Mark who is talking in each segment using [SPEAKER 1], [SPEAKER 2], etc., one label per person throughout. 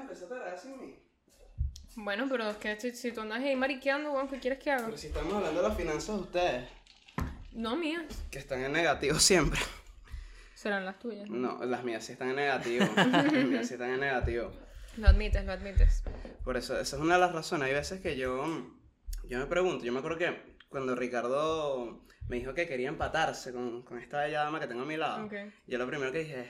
[SPEAKER 1] empezar a tardar sin mí.
[SPEAKER 2] Bueno, pero es que si, si tú andas ahí mariqueando, weón, ¿qué quieres que haga?
[SPEAKER 1] Pero si estamos hablando de las finanzas de ustedes,
[SPEAKER 2] No mías,
[SPEAKER 1] que están en negativo siempre.
[SPEAKER 2] serán las tuyas.
[SPEAKER 1] No, las mías sí están en negativo. las mías sí están en negativo.
[SPEAKER 2] Lo admites, lo admites.
[SPEAKER 1] Por eso, esa es una de las razones. Hay veces que yo, yo me pregunto, yo me acuerdo que cuando Ricardo me dijo que quería empatarse con, con esta bella dama que tengo a mi lado,
[SPEAKER 2] Ok.
[SPEAKER 1] yo lo primero que dije es,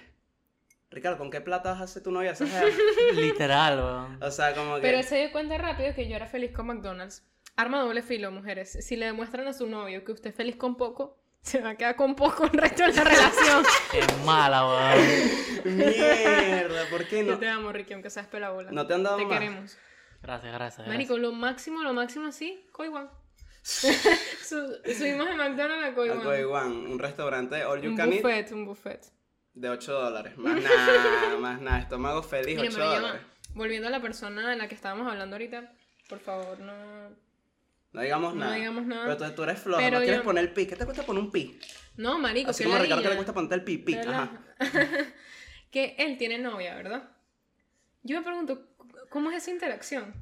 [SPEAKER 1] Ricardo, ¿con qué plata hace tu novia? esa jeva?"
[SPEAKER 3] Literal, weón.
[SPEAKER 1] o sea, como que...
[SPEAKER 2] Pero él se dio cuenta rápido que yo era feliz con McDonald's. Arma doble filo, mujeres. Si le demuestran a su novio que usted es feliz con poco, se va a quedar con poco el resto de la relación.
[SPEAKER 3] Es mala, weón.
[SPEAKER 1] Mierda, ¿por qué no?
[SPEAKER 2] Yo te amo, Ricky, aunque seas pelabola.
[SPEAKER 1] No te han dado
[SPEAKER 2] Te
[SPEAKER 1] más.
[SPEAKER 2] queremos.
[SPEAKER 3] Gracias, gracias. gracias.
[SPEAKER 2] Marico, lo máximo, lo máximo así, Coiwan. Su- Subimos de McDonald's a
[SPEAKER 1] Al
[SPEAKER 2] Coiwan.
[SPEAKER 1] Goiwan, un restaurante all you
[SPEAKER 2] Un
[SPEAKER 1] can eat
[SPEAKER 2] buffet, un buffet.
[SPEAKER 1] de 8 dólares. Más nada, más nada. Estómago feliz,
[SPEAKER 2] Mira,
[SPEAKER 1] 8
[SPEAKER 2] pero ya va.
[SPEAKER 1] dólares.
[SPEAKER 2] volviendo a la persona de la que estábamos hablando ahorita, por favor, no.
[SPEAKER 1] No digamos
[SPEAKER 2] No
[SPEAKER 1] nada.
[SPEAKER 2] digamos nada.
[SPEAKER 1] Pero tú, tú eres floja,
[SPEAKER 2] Pero
[SPEAKER 1] no quieres
[SPEAKER 2] yo-
[SPEAKER 1] poner el pi. ¿Qué te cuesta poner un pi?
[SPEAKER 2] No, marico,
[SPEAKER 1] Así
[SPEAKER 2] que
[SPEAKER 1] como a
[SPEAKER 2] la
[SPEAKER 1] Ricardo que le
[SPEAKER 2] niña-
[SPEAKER 1] cuesta poner el pi, pi.
[SPEAKER 2] Pero la-
[SPEAKER 1] Ajá.
[SPEAKER 2] que él tiene novia, ¿verdad? Yo me pregunto, ¿cómo es esa interacción?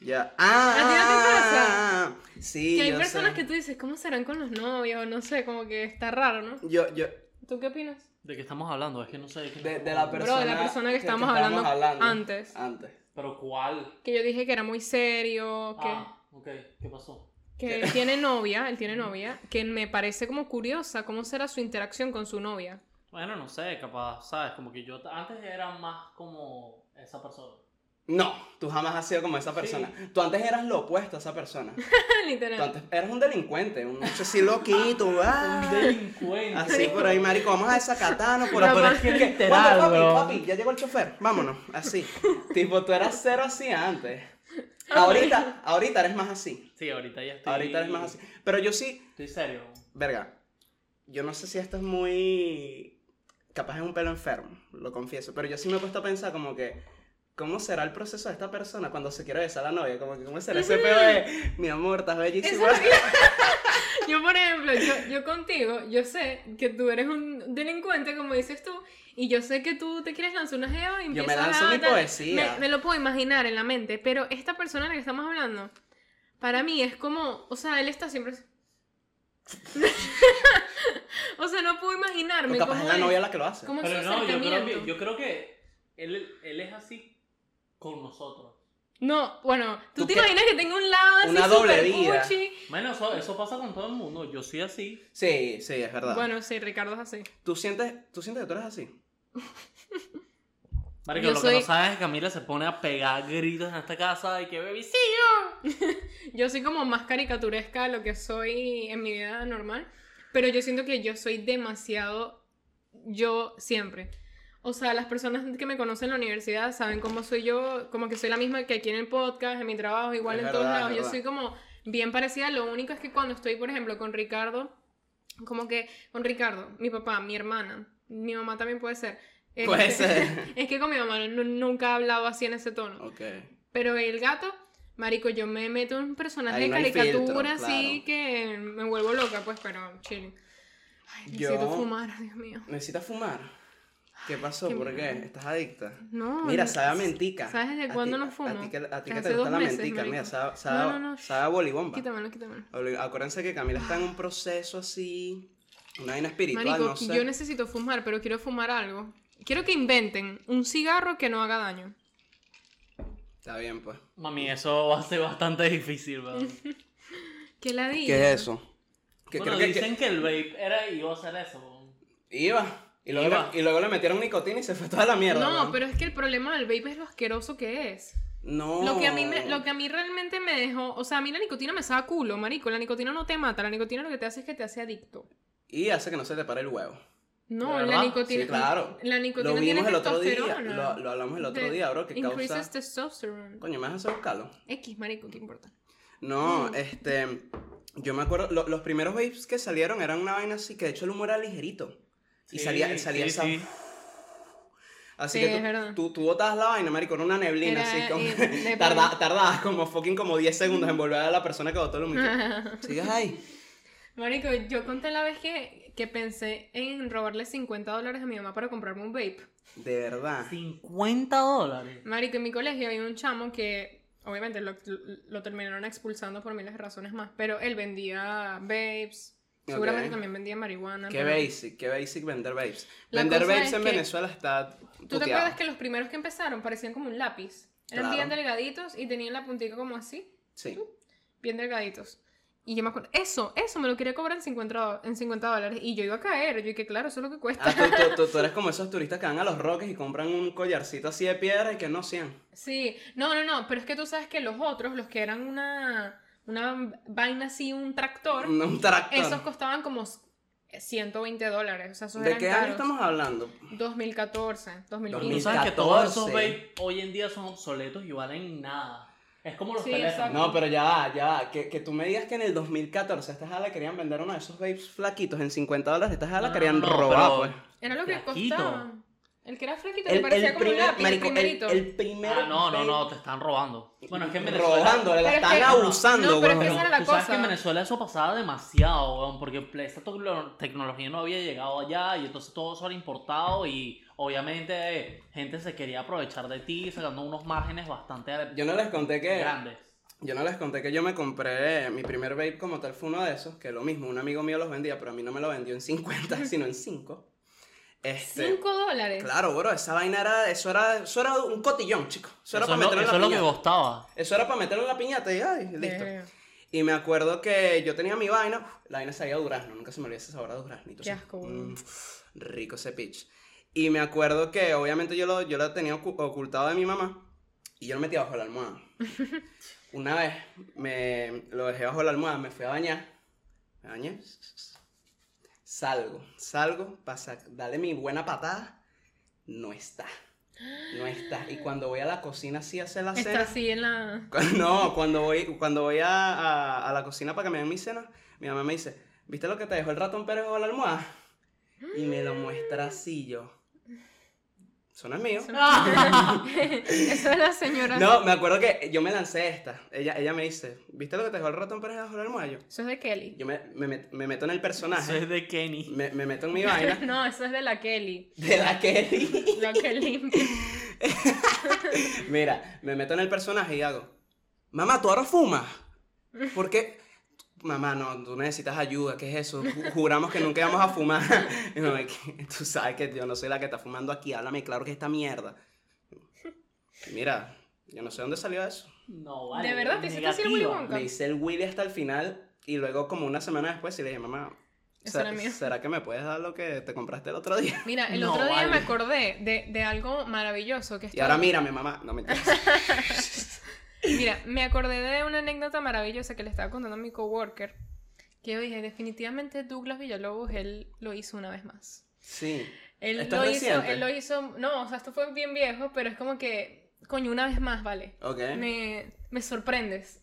[SPEAKER 1] Ya. Ah,
[SPEAKER 2] ¿A ti no te pasa?
[SPEAKER 1] ah, ah, ah. Sí,
[SPEAKER 2] que hay
[SPEAKER 1] yo
[SPEAKER 2] personas
[SPEAKER 1] sé.
[SPEAKER 2] que tú dices, ¿cómo serán con los novios? No sé, como que está raro, ¿no?
[SPEAKER 1] Yo, yo,
[SPEAKER 2] ¿Tú qué opinas?
[SPEAKER 3] ¿De qué estamos hablando? Es que no sé. es que no-
[SPEAKER 1] de, de la persona...
[SPEAKER 2] Bro, de la persona que estábamos hablando antes.
[SPEAKER 1] Antes.
[SPEAKER 3] Pero ¿cuál?
[SPEAKER 2] Que yo dije que era muy serio, que,
[SPEAKER 3] Ah, ok. ¿Qué pasó?
[SPEAKER 2] que él tiene novia, él tiene novia, que me parece como curiosa cómo será su interacción con su novia.
[SPEAKER 3] Bueno, no sé, capaz, ¿sabes? Como que yo t- antes era más como esa persona.
[SPEAKER 1] No, tú jamás has sido como esa persona. Tú antes eras lo opuesto a esa persona. Tú
[SPEAKER 2] Literal.
[SPEAKER 1] antes eras un delincuente, un no sé si loquito, ah.
[SPEAKER 3] Un delincuente.
[SPEAKER 1] Así por ahí, marico, vamos a desacatarnos por
[SPEAKER 2] No,
[SPEAKER 1] por-
[SPEAKER 2] pero es
[SPEAKER 3] que
[SPEAKER 1] ¿Qué?
[SPEAKER 3] literal,
[SPEAKER 1] ¿Cuándo,
[SPEAKER 3] bro.
[SPEAKER 1] papi, papi, ya llegó el chofer, vámonos, así. tipo, tú eras cero así antes. Ahorita, ahorita eres más así.
[SPEAKER 3] Sí, ahorita ya estoy.
[SPEAKER 1] Ahorita eres más así. Pero yo sí,
[SPEAKER 3] Estoy serio.
[SPEAKER 1] Verga, yo no sé si esto es muy... Capaz es un pelo enfermo, lo confieso, pero yo sí me he puesto a pensar como que... ¿Cómo será el proceso de esta persona cuando se quiere besar a la novia? Como que, ¿cómo será ese peo de, mi amor, estás bellísima?
[SPEAKER 2] Eso Yo, por ejemplo, yo, yo contigo, yo sé que tú eres un delincuente, como dices tú, y yo sé que tú te quieres lanzar una jeva y
[SPEAKER 1] me
[SPEAKER 2] empiezas a-
[SPEAKER 1] lanzo mi
[SPEAKER 2] tal.
[SPEAKER 1] poesía.
[SPEAKER 2] Me, me lo puedo imaginar en la mente, pero esta persona de la que estamos hablando, para mí es como, o sea, él está siempre... así. o sea, no puedo
[SPEAKER 1] O
[SPEAKER 2] imaginarme
[SPEAKER 1] capaz
[SPEAKER 2] cómo
[SPEAKER 1] es la
[SPEAKER 2] es,
[SPEAKER 1] novia la que lo hace.
[SPEAKER 2] cómo es
[SPEAKER 3] Pero
[SPEAKER 2] su
[SPEAKER 3] no, yo creo,
[SPEAKER 2] acercamiento.
[SPEAKER 3] que, yo creo que él, él es así con nosotros.
[SPEAKER 2] No, bueno, ¿tú,
[SPEAKER 1] ¿Tú
[SPEAKER 2] te
[SPEAKER 1] qué?
[SPEAKER 2] imaginas que tengo un lado así
[SPEAKER 1] Una doble
[SPEAKER 2] súper
[SPEAKER 1] vida.
[SPEAKER 2] cuchi?
[SPEAKER 3] Bueno, eso, eso pasa con todo el mundo. Yo soy así.
[SPEAKER 1] Sí, sí, es verdad.
[SPEAKER 2] Bueno, sí, Ricardo es así.
[SPEAKER 1] ¿Tú sientes, ¿Tú sientes que tú eres así?
[SPEAKER 3] Marico,
[SPEAKER 2] Yo
[SPEAKER 3] lo
[SPEAKER 2] soy-
[SPEAKER 3] que no sabes es que Camila se pone a pegar gritos en esta casa y que baby, sí.
[SPEAKER 2] Yo soy como más caricaturesca de lo que soy en mi vida normal, pero yo siento que yo soy demasiado yo siempre. O sea, las personas que me conocen en la universidad saben cómo soy yo, como que soy la misma que aquí en el podcast, en mi trabajo, igual
[SPEAKER 1] Es
[SPEAKER 2] en todos
[SPEAKER 1] verdad, es
[SPEAKER 2] lados. Yo
[SPEAKER 1] verdad.
[SPEAKER 2] soy como bien parecida, lo único es que cuando estoy, por ejemplo, con Ricardo, como que con Ricardo, mi papá, mi hermana, mi mamá también puede ser.
[SPEAKER 1] Puede
[SPEAKER 2] Este,
[SPEAKER 1] ser.
[SPEAKER 2] Es que con mi mamá nu- nunca he hablado así en ese tono.
[SPEAKER 1] Ok.
[SPEAKER 2] Pero el gato, marico, yo me meto en un personaje
[SPEAKER 1] Ahí
[SPEAKER 2] de
[SPEAKER 1] no hay
[SPEAKER 2] caricatura
[SPEAKER 1] filtro,
[SPEAKER 2] así que me vuelvo loca, pues, pero chilling. Ay,
[SPEAKER 1] Yo-
[SPEAKER 2] necesito fumar, Dios mío.
[SPEAKER 1] ¿Necesitas fumar? ¿Qué pasó?
[SPEAKER 2] Qué
[SPEAKER 1] ¿Por qué?
[SPEAKER 2] miedo.
[SPEAKER 1] ¿Estás adicta?
[SPEAKER 2] No.
[SPEAKER 1] Mira,
[SPEAKER 2] no-
[SPEAKER 1] sabe a mentica.
[SPEAKER 2] ¿Sabes desde
[SPEAKER 1] A ti-
[SPEAKER 2] cuándo
[SPEAKER 1] a-
[SPEAKER 2] no
[SPEAKER 1] A
[SPEAKER 2] fumo?
[SPEAKER 1] ti que, a ti que
[SPEAKER 2] Hace
[SPEAKER 1] te
[SPEAKER 2] dos
[SPEAKER 1] gusta la
[SPEAKER 2] meses,
[SPEAKER 1] mentica, mira,
[SPEAKER 2] marico.
[SPEAKER 1] sabe,
[SPEAKER 2] No,
[SPEAKER 1] sabe,
[SPEAKER 2] no, no.
[SPEAKER 1] sabe a bolibomba.
[SPEAKER 2] Quítamelo, quítamelo.
[SPEAKER 1] Obli- Acuérdense que Camila está en un proceso así, una vaina espiritual,
[SPEAKER 2] Marico,
[SPEAKER 1] no sé.
[SPEAKER 2] yo necesito fumar, pero quiero fumar algo. Quiero que inventen un cigarro que no haga daño.
[SPEAKER 1] Está bien, pues.
[SPEAKER 3] Mami, eso va a ser bastante difícil, weón.
[SPEAKER 2] ¿Qué la di?
[SPEAKER 1] ¿Qué es eso? Que
[SPEAKER 3] Bueno,
[SPEAKER 1] creo que,
[SPEAKER 3] dicen que... el vape era iba a ser eso, weón.
[SPEAKER 1] que- iba. Y luego,
[SPEAKER 3] Iba.
[SPEAKER 1] Le, y luego le metieron nicotina y se fue toda la mierda.
[SPEAKER 2] No,
[SPEAKER 1] weón.
[SPEAKER 2] pero es que el problema del vape es lo asqueroso que es.
[SPEAKER 1] No.
[SPEAKER 2] Lo que, a mí me- lo que a mí realmente me dejó, o sea, a mí la nicotina me saca culo, marico, la nicotina no te mata, la nicotina lo que te hace es que te hace adicto.
[SPEAKER 1] Y hace que no se te pare el huevo.
[SPEAKER 2] No,
[SPEAKER 3] ¿De
[SPEAKER 2] la
[SPEAKER 3] verdad?
[SPEAKER 2] nicotina.
[SPEAKER 1] Sí, claro.
[SPEAKER 2] La nicotina
[SPEAKER 1] Lo vimos
[SPEAKER 2] tiene
[SPEAKER 1] el otro día,
[SPEAKER 2] testosterona.
[SPEAKER 1] lo- lo hablamos el otro
[SPEAKER 2] Te-
[SPEAKER 1] día, bro, que causa-
[SPEAKER 2] increases testosterone.
[SPEAKER 1] Coño, ¿me vas a hacer buscarlo?
[SPEAKER 2] X, marico, ¿qué importa? Mm.
[SPEAKER 1] No, este. Yo me acuerdo, lo- los primeros vapes que salieron eran una vaina así, que de hecho el humor era ligerito. Y
[SPEAKER 3] Sí,
[SPEAKER 1] salía, salía
[SPEAKER 3] sí,
[SPEAKER 1] esa.
[SPEAKER 3] sí.
[SPEAKER 1] Así
[SPEAKER 2] Sí, es
[SPEAKER 1] que
[SPEAKER 2] verdad.
[SPEAKER 1] tú- tú, tú botabas la vaina, marico, era una neblina,
[SPEAKER 2] Era-
[SPEAKER 1] así como.
[SPEAKER 2] era- de-
[SPEAKER 1] tarda- tardabas como fucking como 10 segundos en volver a la persona que botó el humor. Sigues ahí.
[SPEAKER 2] Marico, yo conté la vez que, que pensé en robarle 50 dólares a mi mamá para comprarme un vape.
[SPEAKER 1] De verdad.
[SPEAKER 3] 50 dólares.
[SPEAKER 2] Marico, en mi colegio había un chamo que, obviamente, lo, lo terminaron expulsando por miles de razones más, pero él vendía vapes, seguramente
[SPEAKER 1] Ok.
[SPEAKER 2] también vendía marihuana.
[SPEAKER 1] Qué
[SPEAKER 2] pero-
[SPEAKER 1] basic, qué basic vender vapes.
[SPEAKER 2] La
[SPEAKER 1] vender
[SPEAKER 2] cosa
[SPEAKER 1] vapes
[SPEAKER 2] es
[SPEAKER 1] en
[SPEAKER 2] que-
[SPEAKER 1] Venezuela está
[SPEAKER 2] ¿Tú te
[SPEAKER 1] puteado.
[SPEAKER 2] acuerdas que los primeros que empezaron parecían como un lápiz? Eran
[SPEAKER 1] Claro.
[SPEAKER 2] bien delgaditos y tenían la puntica como así,
[SPEAKER 1] Sí.
[SPEAKER 2] bien delgaditos. Y yo me acuerdo, eso, eso me lo quería cobrar en 50, do- en 50 dólares. Y yo iba a caer, yo dije, claro, eso es lo que cuesta.
[SPEAKER 1] Ah, tú, tú- tú- tú eres como esos turistas que van a los roques y compran un collarcito así de piedra y que no sean.
[SPEAKER 2] Sí, no, no, no, pero es que tú sabes que los otros, los que eran una, una vaina así, un tractor,
[SPEAKER 1] Un, un tractor.
[SPEAKER 2] esos costaban como 120 dólares. O sea, esos
[SPEAKER 1] ¿De
[SPEAKER 2] eran
[SPEAKER 1] qué año
[SPEAKER 2] caros.
[SPEAKER 1] estamos hablando?
[SPEAKER 2] 2014,
[SPEAKER 3] Tú
[SPEAKER 2] 2015.
[SPEAKER 3] sabes que todos esos
[SPEAKER 1] 2014.
[SPEAKER 3] vape hoy en día son obsoletos y valen nada. Es como los
[SPEAKER 2] Sí,
[SPEAKER 3] teléfonos.
[SPEAKER 2] exacto.
[SPEAKER 1] No, pero ya va, ya va. Que, que tú me digas que en el 2014 a esta jala querían vender uno de esos vapes flaquitos en 50 dólares. Esta jala
[SPEAKER 3] No,
[SPEAKER 1] querían
[SPEAKER 3] no,
[SPEAKER 1] robar,
[SPEAKER 3] pero-
[SPEAKER 1] pues.
[SPEAKER 2] Era lo que
[SPEAKER 3] Flaquito.
[SPEAKER 2] costaba. El que era flaquito, que
[SPEAKER 1] El,
[SPEAKER 2] parecía
[SPEAKER 1] el
[SPEAKER 2] como
[SPEAKER 1] primer,
[SPEAKER 2] un lápiz,
[SPEAKER 1] marico,
[SPEAKER 2] el
[SPEAKER 1] el-
[SPEAKER 2] primerito.
[SPEAKER 1] el primero.
[SPEAKER 3] Ah, no, no, no, te están robando. Bueno, es que en Venezuela.
[SPEAKER 1] Robándole, la
[SPEAKER 2] Pero es
[SPEAKER 1] están
[SPEAKER 2] que-
[SPEAKER 1] abusando,
[SPEAKER 2] no, pero es
[SPEAKER 1] weón.
[SPEAKER 2] que esa era la
[SPEAKER 3] Tú sabes
[SPEAKER 2] cosa.
[SPEAKER 3] que en Venezuela eso pasaba demasiado, weón, porque esa tecno- tecnología no había llegado allá y entonces todo eso era importado y obviamente gente se quería aprovechar de ti sacando unos márgenes bastante
[SPEAKER 1] Yo no les conté que.
[SPEAKER 3] grandes.
[SPEAKER 1] Yo no les conté que yo me compré eh, mi primer vape como tal, fue uno de esos, que lo mismo, un amigo mío los vendía, pero a mí no me lo vendió en 50, sino en 5. Este,
[SPEAKER 2] 5 dólares.
[SPEAKER 1] Claro, bro, esa vaina era, eso era, eso era un cotillón, chico. Eso,
[SPEAKER 3] Eso,
[SPEAKER 1] era para
[SPEAKER 3] es lo,
[SPEAKER 1] meterlo en
[SPEAKER 3] eso es
[SPEAKER 1] la
[SPEAKER 3] lo que
[SPEAKER 1] piñata.
[SPEAKER 3] costaba.
[SPEAKER 1] Eso era para meterlo en la piñata y ay, listo.
[SPEAKER 2] Eh,
[SPEAKER 1] Y me acuerdo que yo tenía mi vaina, uf, la vaina sabía a durazno, nunca se me olvidó ese sabor a durazno.
[SPEAKER 2] Qué asco, weón.
[SPEAKER 1] rico ese pitch. Y me acuerdo que obviamente yo lo, yo lo tenía ocu- ocultado de mi mamá y yo lo metí bajo la almohada. Una vez me lo dejé bajo la almohada, me fui a bañar, me bañé, salgo, salgo, pasa, dale mi buena patada, no está, no está. Y cuando voy a la cocina así a hacer la
[SPEAKER 2] Está
[SPEAKER 1] cena,
[SPEAKER 2] así en la.
[SPEAKER 1] Cu- No, cuando voy, cuando voy a, a- a la cocina para que me den mi cena, mi mamá me dice, ¿viste lo que te dejó el ratón Pérez bajo la almohada? Y me lo muestra así yo. Eso no es mío.
[SPEAKER 2] Eso es la señora.
[SPEAKER 1] Ah. No, me acuerdo que yo me lancé esta. Ella, ella me dice, ¿viste lo que te dejó el ratón Pérez bajo la almohada? Yo,
[SPEAKER 2] Eso es de Kelly.
[SPEAKER 1] yo me, me met- me meto en el
[SPEAKER 3] Eso es
[SPEAKER 1] personaje,
[SPEAKER 3] de Kenny.
[SPEAKER 1] me, me meto en mi vaina
[SPEAKER 2] No, eso es de la Kelly.
[SPEAKER 1] de la Kelly.
[SPEAKER 2] La Kelly.
[SPEAKER 1] Mira, me meto en el personaje y hago, mamá, tú ahora fumas. ¿Por qué? Mamá, no, tú necesitas ayuda, ¿qué es eso? Ju- Juramos que nunca íbamos a fumar. Y mamá, "Que- tú sabes que yo no soy la que está fumando aquí, háblame claro que es esta mierda. Mira, yo no sé dónde salió eso.
[SPEAKER 3] No, vale.
[SPEAKER 2] ¿De verdad te hiciste así el
[SPEAKER 3] negativa.
[SPEAKER 2] Willy Wonka?
[SPEAKER 1] Me hice el Willy hasta el final y luego como una semana después sí le dije, mamá,
[SPEAKER 2] Eso era
[SPEAKER 1] ¿se-
[SPEAKER 2] mío".
[SPEAKER 1] ¿será que me puedes dar lo que te compraste el otro día?
[SPEAKER 2] Mira, el
[SPEAKER 3] No,
[SPEAKER 2] otro día
[SPEAKER 3] vale.
[SPEAKER 2] me acordé de, de algo maravilloso que
[SPEAKER 1] Y ahora
[SPEAKER 2] estaba-
[SPEAKER 1] mírame, mamá, no me entiendes.
[SPEAKER 2] Mira, me acordé de una anécdota maravillosa que le estaba contando a mi coworker. Que yo dije, definitivamente Douglas Villalobos, él lo hizo una vez más.
[SPEAKER 1] Sí.
[SPEAKER 2] Él
[SPEAKER 1] ¿Esto
[SPEAKER 2] lo
[SPEAKER 1] es
[SPEAKER 2] hizo,
[SPEAKER 1] reciente?
[SPEAKER 2] él lo hizo, no, o sea, esto fue bien viejo, pero es como que, coño, una vez más, vale.
[SPEAKER 1] Ok.
[SPEAKER 2] Me, me sorprendes.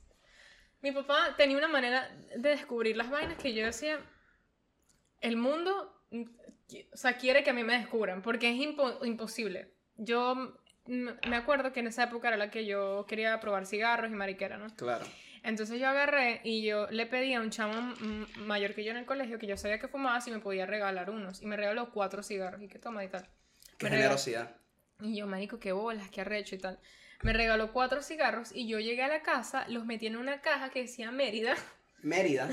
[SPEAKER 2] Mi papá tenía una manera de descubrir las vainas que yo decía, el mundo, mm, qui- o sea, quiere que a mí me descubran, porque es impo- imposible. Yo mm, me acuerdo que en esa época era la que yo quería probar cigarros y mariquera, ¿no?
[SPEAKER 1] Claro.
[SPEAKER 2] Entonces yo agarré y yo le pedí a un chamo mm, mayor que yo en el colegio que yo sabía que fumaba si me podía regalar unos. Y me regaló cuatro cigarros. Y que toma y tal.
[SPEAKER 1] Qué
[SPEAKER 2] Me regaló-
[SPEAKER 1] generosidad.
[SPEAKER 2] Y yo, marico, qué bolas, qué arrecho y tal. Me regaló cuatro cigarros y yo llegué a la casa, los metí en una caja que decía Mérida.
[SPEAKER 1] Mérida.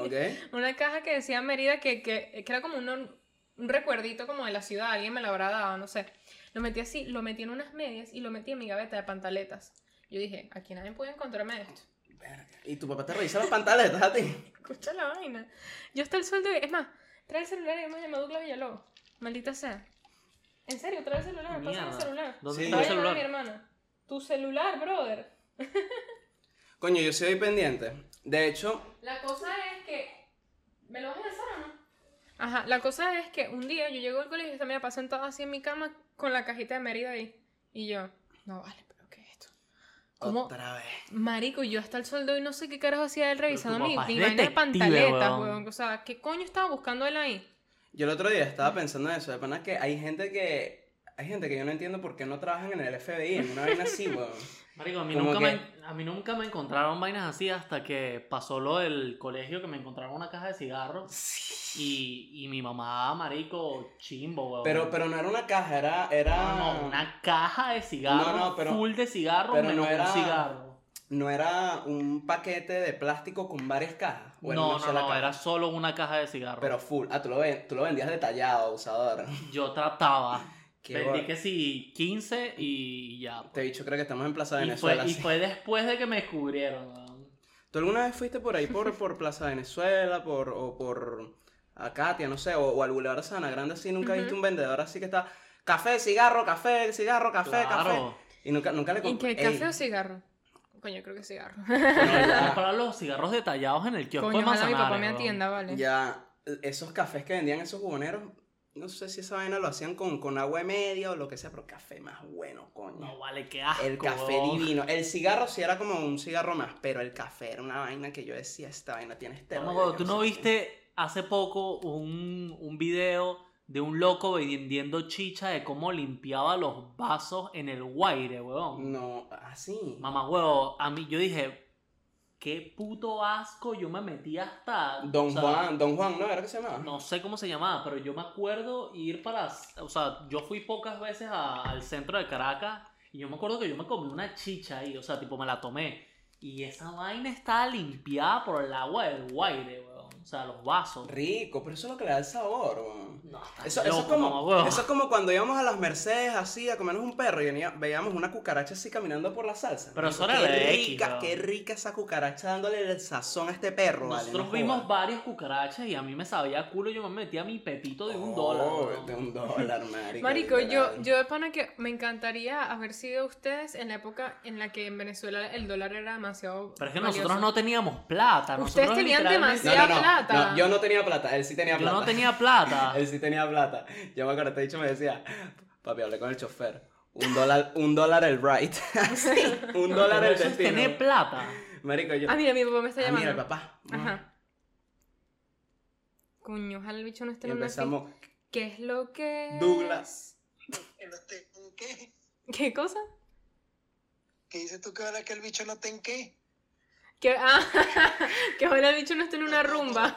[SPEAKER 1] Ok.
[SPEAKER 2] Una caja que decía Mérida que, que, que era como un, un recuerdito como de la ciudad. Alguien me la habrá dado, no sé. Lo metí así, lo metí en unas medias y lo metí en mi gaveta de pantaletas. Yo dije, aquí nadie puede encontrarme esto.
[SPEAKER 1] Y tu papá te revisa las pantaletas a ti.
[SPEAKER 2] Escucha la vaina. Yo hasta el sueldo. Es más, trae el celular y hemos llamado a Douglas Villalobos. Maldita sea. En serio, trae el celular. Pásame el
[SPEAKER 3] Mierda.
[SPEAKER 2] celular.
[SPEAKER 3] ¿Dónde
[SPEAKER 1] Sí.
[SPEAKER 3] está
[SPEAKER 2] Voy
[SPEAKER 3] el
[SPEAKER 2] a llamar a mi
[SPEAKER 3] celular?
[SPEAKER 2] hermana. Tu celular, brother.
[SPEAKER 1] Coño, yo soy pendiente. De hecho,
[SPEAKER 2] La cosa es que. ¿Me lo vas a lanzar o no? Ajá, la cosa es que un día yo llego al colegio y esta me la pasé sentada así en mi cama con la cajita de Mérida ahí. Y yo, no vale, pero ¿qué es esto? ¿Cómo?
[SPEAKER 1] otra vez.
[SPEAKER 2] Marico, yo hasta el sol de hoy no sé qué carajo hacía él revisando mi,
[SPEAKER 3] papá es
[SPEAKER 2] mi vaina de
[SPEAKER 3] detective,
[SPEAKER 2] pantaletas,
[SPEAKER 3] weón.
[SPEAKER 2] weón. O sea, ¿qué coño estaba buscando él ahí?
[SPEAKER 1] Yo el otro día estaba pensando en eso, de pana que hay gente que hay gente que yo no entiendo por qué no trabajan en el FBI, en una vaina así, weón.
[SPEAKER 3] Marico, a mí,
[SPEAKER 1] Como
[SPEAKER 3] nunca
[SPEAKER 1] que-
[SPEAKER 3] me, a mí nunca me encontraron vainas así hasta que pasó lo del colegio que me encontraron una caja de cigarros y, y mi mamá, marico, chimbo, weón.
[SPEAKER 1] Pero, pero no era una caja, era... era...
[SPEAKER 3] No, no, una caja de cigarros,
[SPEAKER 1] Ah. No, no, pero-
[SPEAKER 3] full de cigarros,
[SPEAKER 1] pero
[SPEAKER 3] menos
[SPEAKER 1] no era-
[SPEAKER 3] un cigarro.
[SPEAKER 1] No era un paquete de plástico con varias cajas. o era
[SPEAKER 3] no,
[SPEAKER 1] una
[SPEAKER 3] no,
[SPEAKER 1] sola
[SPEAKER 3] no,
[SPEAKER 1] caja?
[SPEAKER 3] era solo una caja de cigarros.
[SPEAKER 1] Pero full. Ah, tú lo, ven- tú lo vendías detallado, usador.
[SPEAKER 3] Yo trataba,
[SPEAKER 1] Qué
[SPEAKER 3] vendí
[SPEAKER 1] bueno.
[SPEAKER 3] que sí, 15 y ya. pues.
[SPEAKER 1] Te he dicho, creo que estamos en Plaza
[SPEAKER 3] y, fue,
[SPEAKER 1] Venezuela.
[SPEAKER 3] y
[SPEAKER 1] sí.
[SPEAKER 3] fue después de que me descubrieron, weón.
[SPEAKER 1] ¿Tú alguna vez fuiste por ahí, por, por Plaza Venezuela, por, o por Acatia, no sé, o, o al Boulevard Sana Grande, así? ¿Nunca viste
[SPEAKER 2] Ujú.
[SPEAKER 1] un vendedor así que está café, cigarro, café, cigarro, café, café?
[SPEAKER 3] claro.
[SPEAKER 1] Y nunca, nunca le
[SPEAKER 2] ¿Y
[SPEAKER 1] compré.
[SPEAKER 2] qué? ¿Café o cigarro? Coño, creo que cigarro.
[SPEAKER 3] Comprar los cigarros detallados en el kiosco
[SPEAKER 2] Coño,
[SPEAKER 3] de
[SPEAKER 2] ojalá mi
[SPEAKER 3] Manzanares,
[SPEAKER 2] papá me
[SPEAKER 3] weón.
[SPEAKER 2] atienda, vale.
[SPEAKER 1] Ya, esos cafés que vendían esos jugoneros, no sé si esa vaina lo hacían con, con agua y media o lo que sea, pero café más bueno, coño.
[SPEAKER 3] No vale, qué asco.
[SPEAKER 1] El café
[SPEAKER 3] weón.
[SPEAKER 1] divino. El cigarro sí era como un cigarro más, pero el café era una vaina que yo decía, esta vaina tiene este.
[SPEAKER 3] No me acuerdo, ¿Tú no viste hace poco un, un video de un loco vendiendo chicha de cómo limpiaba los vasos en el guaire, weón?
[SPEAKER 1] No, así.
[SPEAKER 3] Mamá, weón, a mí yo dije, qué puto asco, yo me metí hasta...
[SPEAKER 1] Don
[SPEAKER 3] o sea,
[SPEAKER 1] Juan, Don Juan, ¿no? ¿Era que se llamaba?
[SPEAKER 3] No sé cómo se llamaba, pero yo me acuerdo ir para... O sea, yo fui pocas veces a- al centro de Caracas y yo me acuerdo que yo me comí una chicha ahí, o sea, tipo me la tomé. Y esa vaina estaba limpiada por el agua del guaire, weón. O sea, los vasos.
[SPEAKER 1] Rico, pero eso es lo que le da el sabor, weón.
[SPEAKER 3] No, está
[SPEAKER 1] Eso, eso es
[SPEAKER 3] loco, mamá,
[SPEAKER 1] como,
[SPEAKER 3] huevo.
[SPEAKER 1] eso es como cuando íbamos a las Mercedes así a comernos un perro y venía- veíamos una cucaracha así caminando por la salsa.
[SPEAKER 3] Pero eso era
[SPEAKER 1] qué
[SPEAKER 3] de X,
[SPEAKER 1] rica,
[SPEAKER 3] weón.
[SPEAKER 1] qué rica esa cucaracha dándole el sazón a este perro. vale,
[SPEAKER 3] Nosotros
[SPEAKER 1] no
[SPEAKER 3] vimos
[SPEAKER 1] jodas.
[SPEAKER 3] varias cucarachas y a mí me sabía a culo. Yo me metía mi pepito de un
[SPEAKER 1] Oh,
[SPEAKER 3] dólar. weón.
[SPEAKER 1] De un dólar, marico.
[SPEAKER 2] Marico, yo,
[SPEAKER 1] literal.
[SPEAKER 2] yo de pana que me encantaría haber sido ustedes en la época en la que en Venezuela el dólar era demasiado.
[SPEAKER 3] Pero es que
[SPEAKER 2] valioso.
[SPEAKER 3] nosotros no teníamos plata.
[SPEAKER 2] Ustedes
[SPEAKER 3] nosotros
[SPEAKER 2] tenían
[SPEAKER 3] literalmente-
[SPEAKER 1] No,
[SPEAKER 2] Hacía
[SPEAKER 1] no, no,
[SPEAKER 2] plata.
[SPEAKER 1] no, yo no tenía plata, él sí tenía
[SPEAKER 3] Yo
[SPEAKER 1] plata.
[SPEAKER 3] no tenía plata.
[SPEAKER 1] Ah, Él sí tenía plata. Yo me acuerdo, este dicho me decía, papi, hablé con el chofer. Un dólar, un dólar el right. Así, un dólar
[SPEAKER 3] Pero
[SPEAKER 1] el
[SPEAKER 3] eso es
[SPEAKER 1] destino.
[SPEAKER 3] tener plata.
[SPEAKER 1] Marico, yo.
[SPEAKER 2] Ah, mira, mi papá me está
[SPEAKER 1] "Ah,
[SPEAKER 2] llamando.
[SPEAKER 1] mira, el papá. Ah.
[SPEAKER 2] Ajá. Coño, ojalá el bicho no esté
[SPEAKER 1] Y
[SPEAKER 2] en una fiesta.
[SPEAKER 1] empezamos.
[SPEAKER 2] ¿Qué es lo que es?
[SPEAKER 1] Douglas.
[SPEAKER 4] que no esté en qué.
[SPEAKER 2] ¿Qué cosa?
[SPEAKER 4] ¿Qué dices tú que ahora que el bicho no te en qué?
[SPEAKER 2] Que, ah, que ojalá el bicho no esté en una rumba.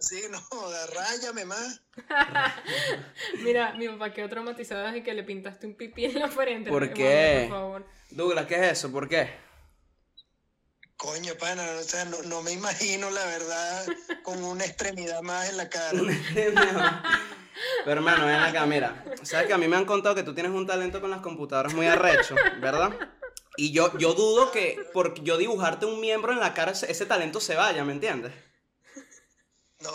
[SPEAKER 4] Sí, no, da- ráyame más.
[SPEAKER 2] Mira, mi papá quedó traumatizado desde que le pintaste un pipí en la frente.
[SPEAKER 1] ¿Por
[SPEAKER 2] Mamá,
[SPEAKER 1] qué?
[SPEAKER 2] Por favor.
[SPEAKER 1] Douglas, ¿qué es eso? ¿Por qué?
[SPEAKER 4] Coño, pana, o sea, no, no me imagino, la verdad, con una extremidad más en la cara.
[SPEAKER 1] Pero hermano, ven acá, mira. Sabes que a mí me han contado que tú tienes un talento con las computadoras muy arrecho, ¿verdad? Y yo, yo dudo que por yo dibujarte un miembro en la cara, ese, ese talento se vaya, ¿me entiendes?
[SPEAKER 4] No,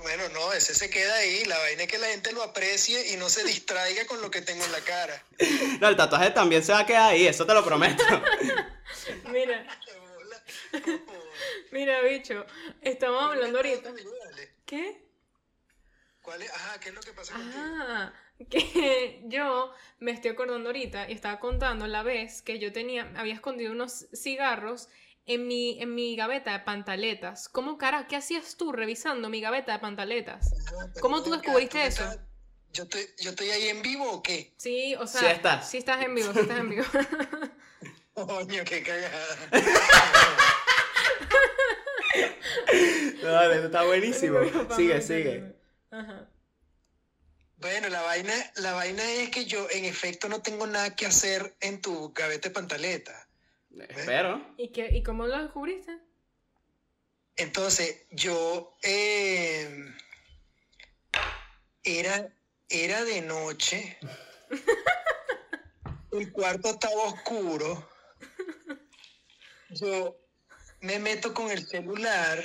[SPEAKER 4] bueno, no, ese se queda ahí. La vaina es que la gente lo aprecie y no se distraiga con lo que tengo en la cara.
[SPEAKER 1] No, el tatuaje también se va a quedar ahí, eso te lo prometo.
[SPEAKER 2] Mira,
[SPEAKER 4] De bola. Como-
[SPEAKER 2] mira, bicho. Estamos hablando ahorita.
[SPEAKER 4] Dale.
[SPEAKER 2] ¿Qué?
[SPEAKER 4] ¿Cuál es? Ajá, ¿qué es lo que pasa contigo?
[SPEAKER 2] Ah, que yo me estoy acordando ahorita y estaba contando la vez que yo tenía, había escondido unos cigarros en mi, en mi gaveta de pantaletas. ¿Cómo cara? ¿Qué hacías tú revisando mi gaveta de pantaletas?
[SPEAKER 4] Ajá, pero
[SPEAKER 2] ¿Cómo tú
[SPEAKER 4] venga,
[SPEAKER 2] descubriste
[SPEAKER 4] me
[SPEAKER 2] eso?
[SPEAKER 4] estás- ¿Yo estoy, ¿Yo estoy ahí en vivo o qué?
[SPEAKER 2] Sí, o sea,
[SPEAKER 1] Sí estás.
[SPEAKER 2] sí estás en vivo, sí estás en vivo.
[SPEAKER 4] Coño, qué cagada.
[SPEAKER 1] Dale, está buenísimo.
[SPEAKER 2] Mi papá
[SPEAKER 1] Sigue,
[SPEAKER 2] me
[SPEAKER 1] sigue.
[SPEAKER 2] entendió. Ajá.
[SPEAKER 4] Bueno, la vaina, la vaina es que yo en efecto no tengo nada que hacer en tu gaveta de pantaleta.
[SPEAKER 1] Espero.
[SPEAKER 2] ¿Y, qué, ¿Y cómo lo descubriste?
[SPEAKER 4] Entonces, yo eh, era, era de noche. El cuarto estaba oscuro. Yo me meto con el celular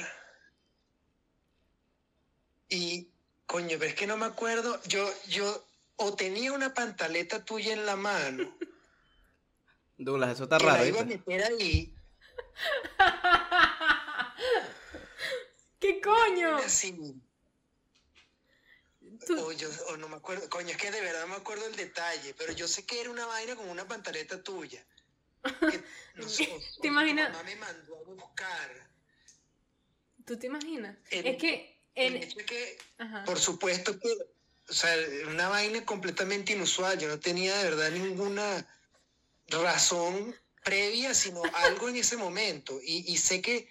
[SPEAKER 4] y coño, pero es que no me acuerdo. Yo, yo o tenía una pantaleta tuya en la mano.
[SPEAKER 1] Douglas, eso está
[SPEAKER 4] que
[SPEAKER 1] raro.
[SPEAKER 4] la iba a
[SPEAKER 1] ¿viste?
[SPEAKER 4] meter ahí.
[SPEAKER 2] ¿Qué coño?
[SPEAKER 4] Así.
[SPEAKER 2] Tú-
[SPEAKER 4] O yo, o no me acuerdo, coño, es que de verdad no me acuerdo el detalle, pero yo sé que era una vaina como una pantaleta tuya. Que, no sé, o- o
[SPEAKER 2] ¿Te imaginas?
[SPEAKER 4] Mi mamá me mandó a buscar.
[SPEAKER 2] ¿Tú te imaginas?
[SPEAKER 4] En-
[SPEAKER 2] es que...
[SPEAKER 4] El
[SPEAKER 2] En,
[SPEAKER 4] hecho es que,
[SPEAKER 2] ajá.
[SPEAKER 4] por supuesto que o sea, una vaina completamente inusual. Yo no tenía de verdad ninguna razón previa, sino algo en ese momento. Y, y sé que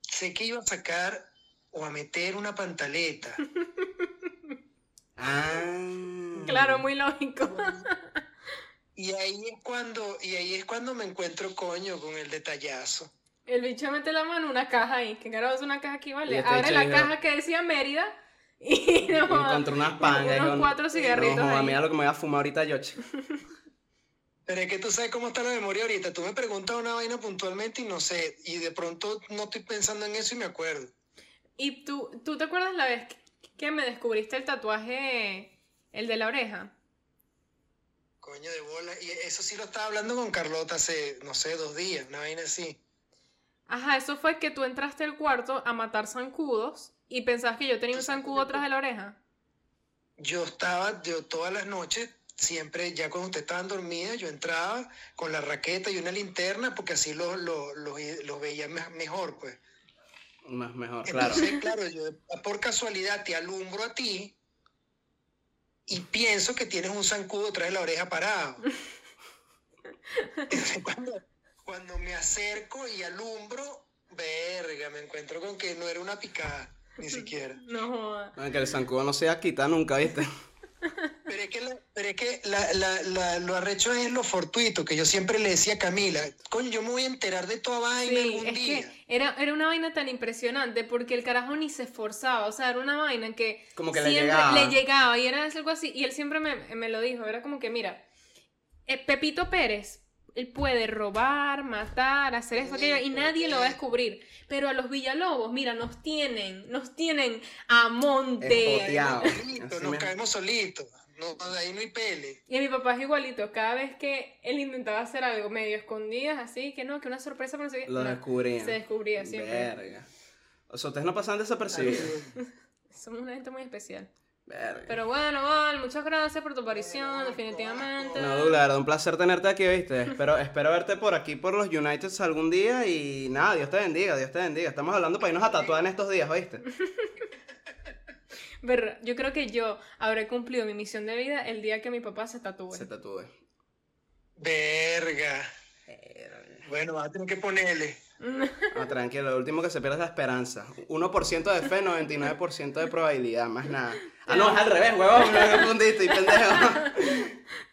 [SPEAKER 4] sé que iba a sacar o a meter una pantaleta.
[SPEAKER 1] Ah.
[SPEAKER 2] Claro, muy lógico.
[SPEAKER 4] Y ahí es cuando, y ahí es cuando me encuentro coño con el detallazo.
[SPEAKER 2] El bicho mete la mano en una caja ahí. Que carajo es una caja aquí,
[SPEAKER 1] Y
[SPEAKER 2] vale.
[SPEAKER 1] este
[SPEAKER 2] Abre
[SPEAKER 1] bicho
[SPEAKER 2] la
[SPEAKER 1] dijo-
[SPEAKER 2] caja que decía Mérida. Y no,
[SPEAKER 1] Encontré unas pangas.
[SPEAKER 2] unos
[SPEAKER 1] con-
[SPEAKER 2] cuatro cigarritos
[SPEAKER 1] No, joda,
[SPEAKER 2] ahí.
[SPEAKER 1] mira lo que me voy a fumar ahorita, yo chico.
[SPEAKER 4] Pero es que tú sabes cómo está la memoria ahorita. Tú me preguntas una vaina puntualmente y no sé. Y de pronto no estoy pensando en eso y me acuerdo.
[SPEAKER 2] ¿Y tú, tú te acuerdas la vez que- que me descubriste el tatuaje, el de la oreja?
[SPEAKER 4] Coño de bola. Y eso sí lo estaba hablando con Carlota hace, no sé, dos días. Una vaina así.
[SPEAKER 2] Ajá, eso fue que tú entraste al cuarto a matar zancudos y pensabas que yo tenía un zancudo atrás de la oreja.
[SPEAKER 4] Yo estaba, yo todas las noches, siempre, ya cuando ustedes estaban dormidas, yo entraba con la raqueta y una linterna porque así los, los, los, los veía me- mejor, pues.
[SPEAKER 1] Más mejor, claro.
[SPEAKER 4] Entonces, claro, yo por casualidad te alumbro a ti y pienso que tienes un zancudo detrás de la oreja parado. Entonces, cuando, cuando me acerco y alumbro, verga, me encuentro con que no era una picada, ni siquiera.
[SPEAKER 2] No joda.
[SPEAKER 1] Ay, que el zancudo no se va a quitar nunca, ¿viste?
[SPEAKER 4] Pero es que, la- pero es que la- la- la- lo arrecho es lo fortuito, que yo siempre le decía a Camila, coño, yo me voy a enterar de toda vaina
[SPEAKER 2] Sí,
[SPEAKER 4] algún
[SPEAKER 2] es
[SPEAKER 4] día.
[SPEAKER 2] que era, era una vaina tan impresionante porque el carajo ni se esforzaba, o sea, era una vaina que
[SPEAKER 1] Como que le
[SPEAKER 2] siempre
[SPEAKER 1] llegaba.
[SPEAKER 2] le llegaba y era algo así, y él siempre me, me lo dijo, era como que, mira, eh, Pepito Pérez, él puede robar, matar, hacer esto, aquello, y nadie lo va a descubrir, pero a los Villalobos, mira, nos tienen, nos tienen a monte.
[SPEAKER 1] Espoteado.
[SPEAKER 4] Solito,
[SPEAKER 1] Ah, Así
[SPEAKER 4] nos
[SPEAKER 1] mismo.
[SPEAKER 4] caemos solitos, no, de ahí no hay pele.
[SPEAKER 2] Y a mi papá es igualito, cada vez que él intentaba hacer algo medio escondidas, así, que no, que una sorpresa, pero no sé qué,
[SPEAKER 1] Lo
[SPEAKER 2] no,
[SPEAKER 1] descubrían.
[SPEAKER 2] se descubría siempre.
[SPEAKER 1] Verga. O sea, ustedes no pasan desapercibidos.
[SPEAKER 2] Somos una gente muy especial.
[SPEAKER 1] Verga.
[SPEAKER 2] Pero bueno, Val, muchas gracias por tu aparición, definitivamente.
[SPEAKER 1] No, Douglas, de verdad, un placer tenerte aquí, ¿viste? Espero, espero verte por aquí, por los Uniteds algún día y nada, Dios te bendiga, Dios te bendiga. Estamos hablando para irnos a tatuar en estos días, ¿oíste?
[SPEAKER 2] Ver- yo creo que yo habré cumplido mi misión de vida el día que mi papá se tatúe.
[SPEAKER 1] Se tatúe.
[SPEAKER 4] Verga. Bueno, vas a tener que ponerle.
[SPEAKER 1] No, Ah, tranquilo, lo último que se pierde es la esperanza. 1% de fe, 99% de probabilidad, más nada. Ah, no, es al revés, huevón, me confundiste, y pendejo.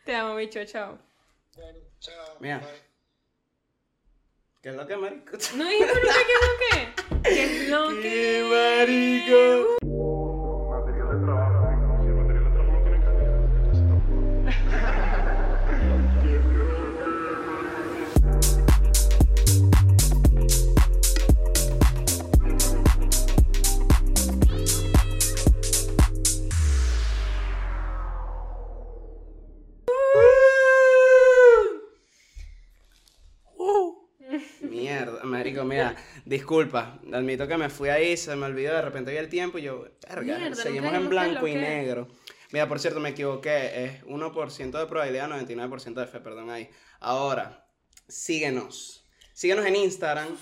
[SPEAKER 2] Te amo, bicho, chao.
[SPEAKER 4] Bueno, chao.
[SPEAKER 1] Mira.
[SPEAKER 4] bye.
[SPEAKER 1] ¿Qué es lo que, marico?
[SPEAKER 2] No dijiste ahorita que no qué. Que no
[SPEAKER 1] ¡Qué
[SPEAKER 2] que.
[SPEAKER 1] marico!
[SPEAKER 5] material de trabajo. Si el material de trabajo no tiene calidad, entonces tampoco.
[SPEAKER 1] Mierda, marico, mira, disculpa, admito que me fui ahí, se me olvidó, de repente vi el tiempo y yo, verga,
[SPEAKER 2] Mierda,
[SPEAKER 1] seguimos
[SPEAKER 2] nunca
[SPEAKER 1] en
[SPEAKER 2] dijimos
[SPEAKER 1] blanco
[SPEAKER 2] qué es
[SPEAKER 1] y
[SPEAKER 2] lo que es.
[SPEAKER 1] negro. Mira, por cierto, me equivoqué, es 1% de probabilidad, 99% de fe, perdón ahí. Ahora, síguenos. Síguenos en Instagram,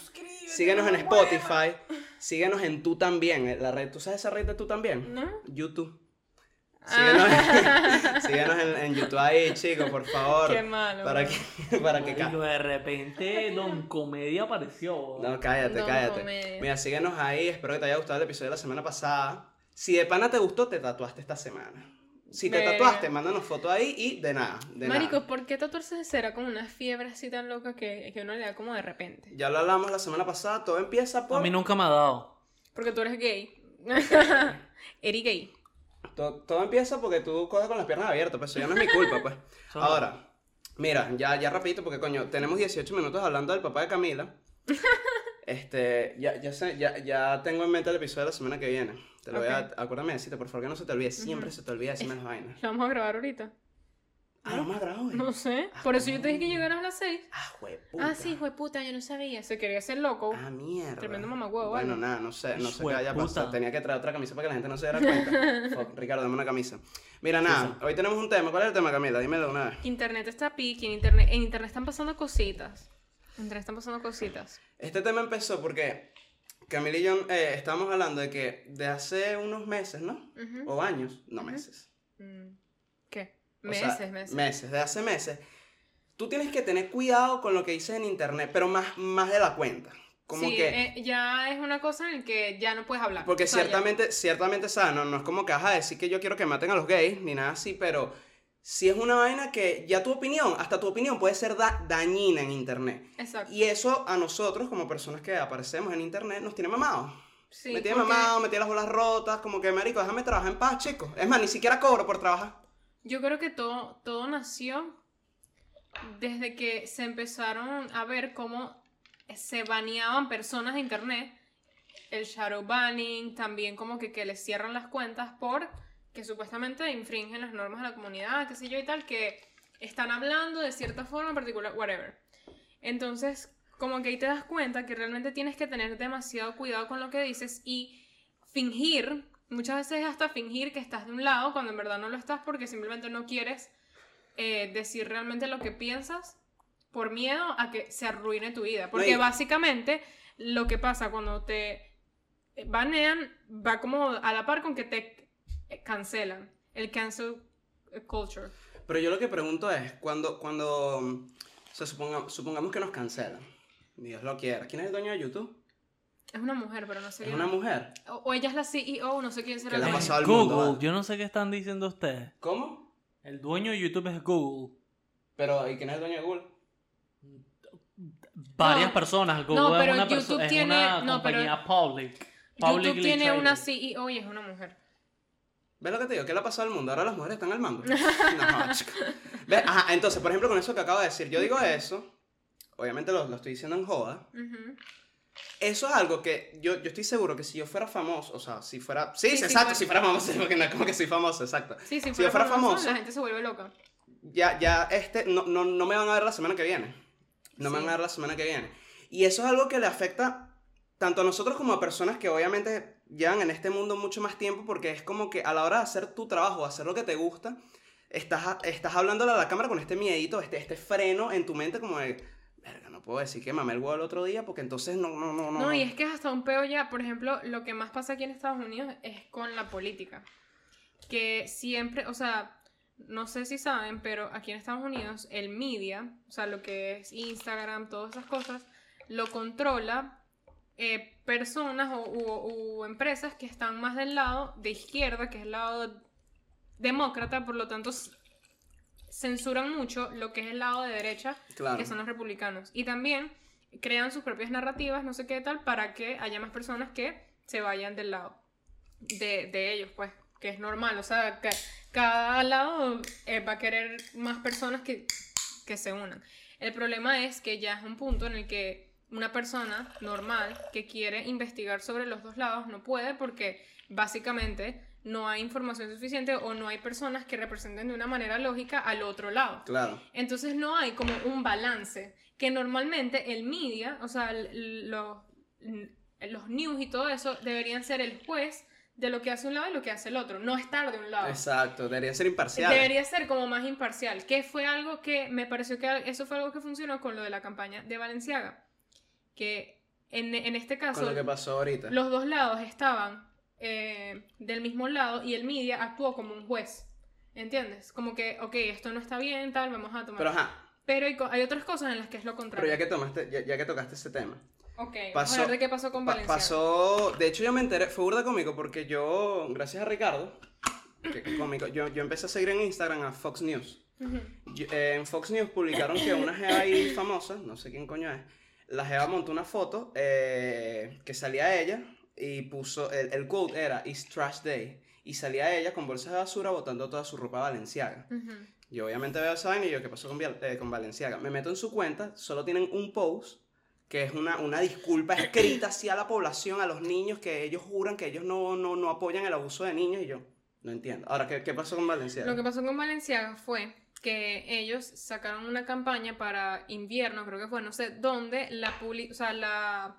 [SPEAKER 1] síguenos en Spotify, síguenos en tú también, eh, la red, ¿tú sabes esa red de tú también?
[SPEAKER 2] No.
[SPEAKER 1] YouTube. Síguenos,
[SPEAKER 2] Ah.
[SPEAKER 1] síguenos en, en YouTube ahí, chicos, por favor.
[SPEAKER 2] Qué malo.
[SPEAKER 1] Para
[SPEAKER 2] bro.
[SPEAKER 1] que, para que ca-
[SPEAKER 3] Marico, de repente Don Comedia apareció. weón.
[SPEAKER 1] No, cállate,
[SPEAKER 2] No,
[SPEAKER 1] cállate.
[SPEAKER 2] comedia.
[SPEAKER 1] Mira, síguenos ahí. Espero que te haya gustado el episodio de la semana pasada. Si de pana te gustó, te tatuaste esta semana. Si te
[SPEAKER 2] Verga.
[SPEAKER 1] tatuaste, mándanos foto ahí y de nada, de
[SPEAKER 2] Marico,
[SPEAKER 1] nada.
[SPEAKER 2] ¿por qué tatuarse de cera con una fiebre así tan loca que, que uno le da como de repente?
[SPEAKER 1] Ya lo hablamos la semana pasada. Todo empieza
[SPEAKER 3] A
[SPEAKER 1] por.
[SPEAKER 3] mí nunca me ha dado.
[SPEAKER 2] Porque tú eres gay. Eri gay.
[SPEAKER 1] to- todo empieza porque tú coges con las piernas abiertas. Pues eso ya no es mi culpa, pues.
[SPEAKER 3] Eso no.
[SPEAKER 1] Ahora, mira, ya, ya rapidito, porque coño, tenemos 18 minutos hablando del papá de Camila. Este, ya, ya, sé- ya, ya tengo en mente el episodio de la semana que viene. Te lo voy a,
[SPEAKER 2] Ok.
[SPEAKER 1] acuérdame de decirte, por favor, que no se te olvide. Siempre se te olvida decirme las vainas.
[SPEAKER 2] ¿Lo vamos a grabar ahorita?
[SPEAKER 1] Ah, lo más grave.
[SPEAKER 2] No sé. Por eso yo te dije que llegaras a las 6.
[SPEAKER 1] Ah, jueputa.
[SPEAKER 2] Ah, sí, hijo de puta, yo no sabía. Se quería hacer loco.
[SPEAKER 1] Ah, mierda.
[SPEAKER 2] Tremendo mamagüevo,
[SPEAKER 1] Bueno,
[SPEAKER 2] ¿vale?
[SPEAKER 1] nada, no sé, no sé qué
[SPEAKER 3] Hijueputa.
[SPEAKER 1] haya pasado. Tenía que traer otra camisa para que la gente no se diera cuenta. Fuck, Ricardo, dame una camisa. Mira, nada, hoy tenemos un tema. ¿Cuál es el tema, Camila? Dímelo de una vez.
[SPEAKER 2] Internet está piqui, en internet, en internet están pasando cositas. En internet están pasando cositas.
[SPEAKER 1] Este tema empezó porque Camila y yo eh, estábamos hablando de que de hace unos meses, ¿no?
[SPEAKER 2] Ujú.
[SPEAKER 1] O años, no
[SPEAKER 2] Ujú.
[SPEAKER 1] meses.
[SPEAKER 2] Mm. ¿Qué?
[SPEAKER 1] O sea,
[SPEAKER 2] Meses, meses.
[SPEAKER 1] Meses, de hace meses. Tú tienes que tener cuidado con lo que dices en internet, pero más, más de la cuenta. Como
[SPEAKER 2] sí,
[SPEAKER 1] que.
[SPEAKER 2] eh, ya es una cosa en la que ya no puedes hablar.
[SPEAKER 1] Porque
[SPEAKER 2] O sea, ya-
[SPEAKER 1] ciertamente, ciertamente, ¿sabes? No, no es como que vas a decir que yo quiero que maten a los gays, ni nada así, pero si es una vaina que ya tu opinión, hasta tu opinión puede ser da- dañina en internet.
[SPEAKER 2] Exacto.
[SPEAKER 1] Y eso a nosotros, como personas que aparecemos en internet, nos tiene mamados.
[SPEAKER 2] Sí,
[SPEAKER 1] me tiene
[SPEAKER 2] porque
[SPEAKER 1] mamado, me tiene las bolas rotas, como que, marico, déjame trabajar en paz, chicos. Es más, ni siquiera cobro por trabajar.
[SPEAKER 2] Yo creo que todo, todo nació desde que se empezaron a ver cómo se baneaban personas de internet. El shadow banning, también como que, que les cierran las cuentas por que supuestamente infringen las normas de la comunidad, qué sé yo y tal, que están hablando de cierta forma particular, whatever. Entonces, como que ahí te das cuenta que realmente tienes que tener demasiado cuidado con lo que dices y fingir, muchas veces hasta fingir que estás de un lado cuando en verdad no lo estás porque simplemente no quieres eh, decir realmente lo que piensas por miedo a que se arruine tu vida. Porque
[SPEAKER 1] y-
[SPEAKER 2] básicamente lo que pasa cuando te eh, banean va como a la par con que te eh, cancelan. El cancel culture.
[SPEAKER 1] Pero yo lo que pregunto es, cuando, cuando, o sea, suponga- supongamos que nos cancelan. Dios lo quiera. ¿Quién es el dueño de YouTube?
[SPEAKER 2] Es una mujer, pero no sé
[SPEAKER 1] Es
[SPEAKER 2] quién.
[SPEAKER 1] una mujer.
[SPEAKER 2] O, o ella es la CEO, no sé quién será
[SPEAKER 1] Que la
[SPEAKER 2] la
[SPEAKER 1] ha pasado al
[SPEAKER 3] Google,
[SPEAKER 1] mundo, ¿eh? ¿vale?
[SPEAKER 3] yo no sé qué están diciendo ustedes.
[SPEAKER 1] ¿Cómo?
[SPEAKER 3] El dueño de YouTube es Google.
[SPEAKER 1] Pero, ¿y quién es el dueño de Google?
[SPEAKER 3] Varias personas. Google
[SPEAKER 2] No, pero
[SPEAKER 3] es una,
[SPEAKER 2] YouTube
[SPEAKER 3] perso- es
[SPEAKER 2] tiene-
[SPEAKER 3] una
[SPEAKER 2] no, pero-
[SPEAKER 3] compañía public.
[SPEAKER 2] YouTube
[SPEAKER 3] publicly
[SPEAKER 2] tiene
[SPEAKER 3] traded.
[SPEAKER 2] una CEO y es una mujer.
[SPEAKER 1] ¿Ves lo que te digo? ¿Qué le ha pasado al mundo? Ahora las mujeres están al mando. No, chico. ¿Ves? Ajá, entonces, por ejemplo, con eso que acabo de decir, yo digo eso, obviamente lo, lo estoy diciendo en joda.
[SPEAKER 2] Ujú.
[SPEAKER 1] Eso es algo que yo, yo estoy seguro que si yo fuera famoso, o sea, si fuera. Sí,
[SPEAKER 2] Sí, sí,
[SPEAKER 1] exacto,
[SPEAKER 2] fuera.
[SPEAKER 1] si fuera famoso, porque no es como que soy famoso, exacto.
[SPEAKER 2] Sí, sí,
[SPEAKER 1] Si yo fuera famoso-
[SPEAKER 2] la gente se vuelve loca.
[SPEAKER 1] Ya, ya, este, no, no, no me van a ver la semana que viene. No me
[SPEAKER 2] Sí.
[SPEAKER 1] van a ver la semana que viene. Y eso es algo que le afecta tanto a nosotros como a personas que obviamente llevan en este mundo mucho más tiempo porque es como que a la hora de hacer tu trabajo, hacer lo que te gusta, estás, a- estás hablándole a la cámara con este miedito, este, este freno en tu mente como de, verga, no puedo decir que mamé el huevo el otro día porque entonces no, no, no, no.
[SPEAKER 2] No, y es que es hasta un peo ya. Por ejemplo, lo que más pasa aquí en Estados Unidos es con la política. Que siempre, o sea, no sé si saben, pero aquí en Estados Unidos el media, o sea, lo que es Instagram, todas esas cosas, lo controla eh, personas o, u- u empresas que están más del lado de izquierda, que es el lado demócrata, por lo tanto s- censuran mucho lo que es el lado de derecha
[SPEAKER 1] claro.
[SPEAKER 2] que son los republicanos. Y también crean sus propias narrativas, no sé qué tal, para que haya más personas que se vayan del lado de, de ellos, pues, que es normal. O sea, ca- cada lado eh, va a querer más personas que, que se unan. El problema es que ya es un punto en el que una persona normal que quiere investigar sobre los dos lados no puede porque básicamente no hay información suficiente o no hay personas que representen de una manera lógica al otro lado.
[SPEAKER 1] Claro.
[SPEAKER 2] Entonces no hay como un balance, que normalmente el media, o sea, l- l- los, n- los news y todo eso deberían ser el juez de lo que hace un lado y lo que hace el otro, no estar de un lado.
[SPEAKER 1] Exacto, debería ser imparcial.
[SPEAKER 2] Debería ser como más imparcial, que fue algo que me pareció que eso fue algo que funcionó con lo de la campaña de Valenciaga, que en, en este caso
[SPEAKER 1] Con lo que pasó ahorita.
[SPEAKER 2] los dos lados estaban eh, del mismo lado y el media actuó como un juez, ¿entiendes? Como que, ok, esto no está bien, tal, vamos a tomar
[SPEAKER 1] Pero ajá,
[SPEAKER 2] pero hay, co- hay otras cosas en las que es lo
[SPEAKER 1] pero
[SPEAKER 2] contrario.
[SPEAKER 1] ya que tomaste, ya- ya que tocaste ese tema.
[SPEAKER 2] Ok, vamos
[SPEAKER 1] pasó-
[SPEAKER 2] a hablar de qué pasó con
[SPEAKER 1] Pa-
[SPEAKER 2] Valencia.
[SPEAKER 1] pasó, de hecho yo me enteré, fue burda cómico porque yo, gracias a Ricardo, que, que cómico, yo, yo empecé a seguir en Instagram a Fox News.
[SPEAKER 2] Ujú.
[SPEAKER 1] Yo- eh, en Fox News publicaron que una jeva ahí famosa, no sé quién coño es, la jeva montó una foto eh, que salía ella y puso, el, el quote era, It's trash day, y salía ella con bolsas de basura botando toda su ropa valenciaga.
[SPEAKER 2] Ujú.
[SPEAKER 1] Yo obviamente veo esa vaina y yo, ¿qué pasó con, Vial- eh, con Valenciaga? Me meto en su cuenta, solo tienen un post que es una, una disculpa escrita así a la población, a los niños, que ellos juran que ellos no, no, no apoyan el abuso de niños y yo, no entiendo. Ahora, ¿qué, qué pasó con Valenciaga?
[SPEAKER 2] Lo que pasó con Valenciaga fue que ellos sacaron una campaña para invierno, creo que fue, no sé, donde la publi- o sea, la,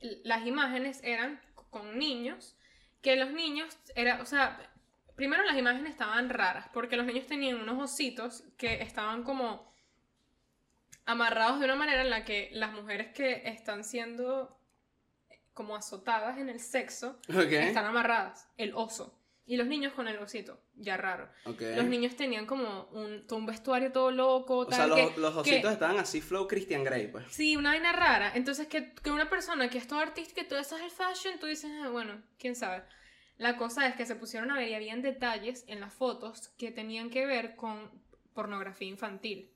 [SPEAKER 2] las imágenes eran con niños, que los niños era, o sea, primero las imágenes estaban raras, porque los niños tenían unos ositos que estaban como amarrados de una manera en la que las mujeres que están siendo como azotadas en el sexo
[SPEAKER 1] Ok.
[SPEAKER 2] están amarradas. El oso. Y los niños con el osito. Ya raro.
[SPEAKER 1] Ok.
[SPEAKER 2] Los niños tenían como un, todo un vestuario todo loco,
[SPEAKER 1] O sea,
[SPEAKER 2] tal.
[SPEAKER 1] los,
[SPEAKER 2] que-
[SPEAKER 1] los
[SPEAKER 2] que-
[SPEAKER 1] ositos estaban así, flow Christian Grey, pues.
[SPEAKER 2] Sí, una vaina rara. Entonces, que, que una persona que es todo artística y todo eso es el fashion, tú dices, "Ah, bueno, quién sabe. La cosa es que se pusieron a ver y habían detalles en las fotos que tenían que ver con pornografía infantil.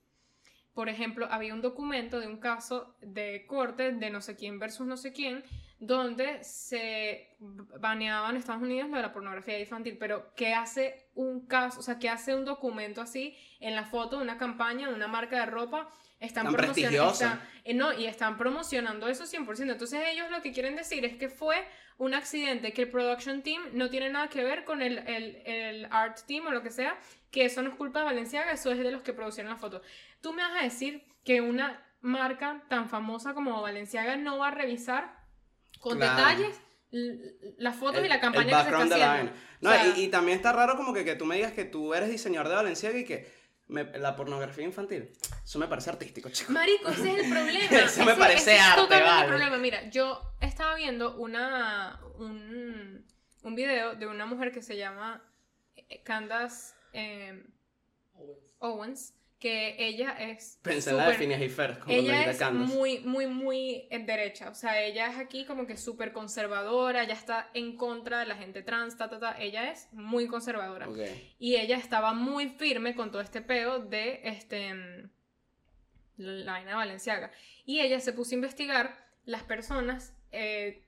[SPEAKER 2] Por ejemplo, había un documento de un caso de corte de no sé quién versus no sé quién, donde se baneaba en Estados Unidos lo de la pornografía infantil. Pero, ¿qué hace un caso? O sea, ¿qué hace un documento así en la foto de una campaña, de una marca de ropa? Están
[SPEAKER 1] Tan
[SPEAKER 2] promocionando.
[SPEAKER 1] prestigioso.
[SPEAKER 2] están- eh, no, y están promocionando eso 100%. Entonces, ellos lo que quieren decir es que fue un accidente, que el production team no tiene nada que ver con el, el- el art team o lo que sea, que eso no es culpa de Valenciaga, eso es de los que producieron la foto. Tú me vas a decir que una marca tan famosa como Valenciaga no va a revisar con
[SPEAKER 1] Claro.
[SPEAKER 2] detalles l- las fotos
[SPEAKER 1] El-
[SPEAKER 2] y la campaña
[SPEAKER 1] el
[SPEAKER 2] que se está
[SPEAKER 1] background de la
[SPEAKER 2] haciendo.
[SPEAKER 1] vaina. No,
[SPEAKER 2] O sea-
[SPEAKER 1] y, y también está raro como que, que tú me digas que tú eres diseñador de Valenciaga y que me- la pornografía infantil. Eso me parece artístico, chico.
[SPEAKER 2] Marico, ese es el problema.
[SPEAKER 1] Eso me
[SPEAKER 2] Ese-
[SPEAKER 1] parece
[SPEAKER 2] ese es
[SPEAKER 1] arte,
[SPEAKER 2] totalmente
[SPEAKER 1] vale.
[SPEAKER 2] el problema. Mira, yo estaba viendo una un, un video de una mujer que se llama eh, Candace eh, Owens, que ella es
[SPEAKER 1] Pensé en la de
[SPEAKER 2] súper-
[SPEAKER 1] Phineas y Ferb, como
[SPEAKER 2] ella
[SPEAKER 1] Lolita
[SPEAKER 2] es
[SPEAKER 1] Candace.
[SPEAKER 2] muy, muy, muy eh, derecha. O sea, ella es aquí como que súper conservadora, ya está en contra de la gente trans, ta, ta, ta. Ella es muy conservadora.
[SPEAKER 1] Ok.
[SPEAKER 2] Y ella estaba muy firme con todo este peo de este, mm, la vaina valenciaga. Y ella se puso a investigar las personas eh,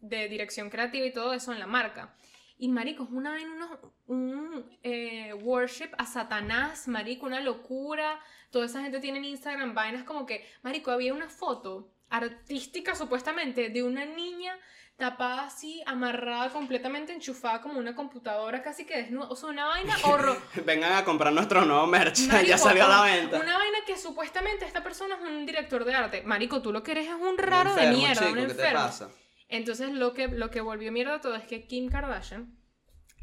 [SPEAKER 2] de dirección creativa y todo eso en la marca. Y marico, es una vaina, unos- un eh, worship a Satanás, marico, una locura. Toda esa gente tiene en Instagram vainas como que, marico, había una foto artística supuestamente de una niña tapada así, amarrada completamente, enchufada como una computadora, casi que desnuda. O sea, una vaina horror.
[SPEAKER 1] Vengan a comprar nuestro nuevo merch.
[SPEAKER 2] Marico,
[SPEAKER 1] ya salió a la
[SPEAKER 2] un-
[SPEAKER 1] venta.
[SPEAKER 2] Una vaina que supuestamente esta persona es un director de arte. Marico, tú lo que eres es un raro de
[SPEAKER 1] Enfermo,
[SPEAKER 2] mierda,
[SPEAKER 1] chico,
[SPEAKER 2] un
[SPEAKER 1] ¿qué te
[SPEAKER 2] enfermo.
[SPEAKER 1] pasa?
[SPEAKER 2] Entonces lo que, lo que volvió mierda todo es que Kim Kardashian,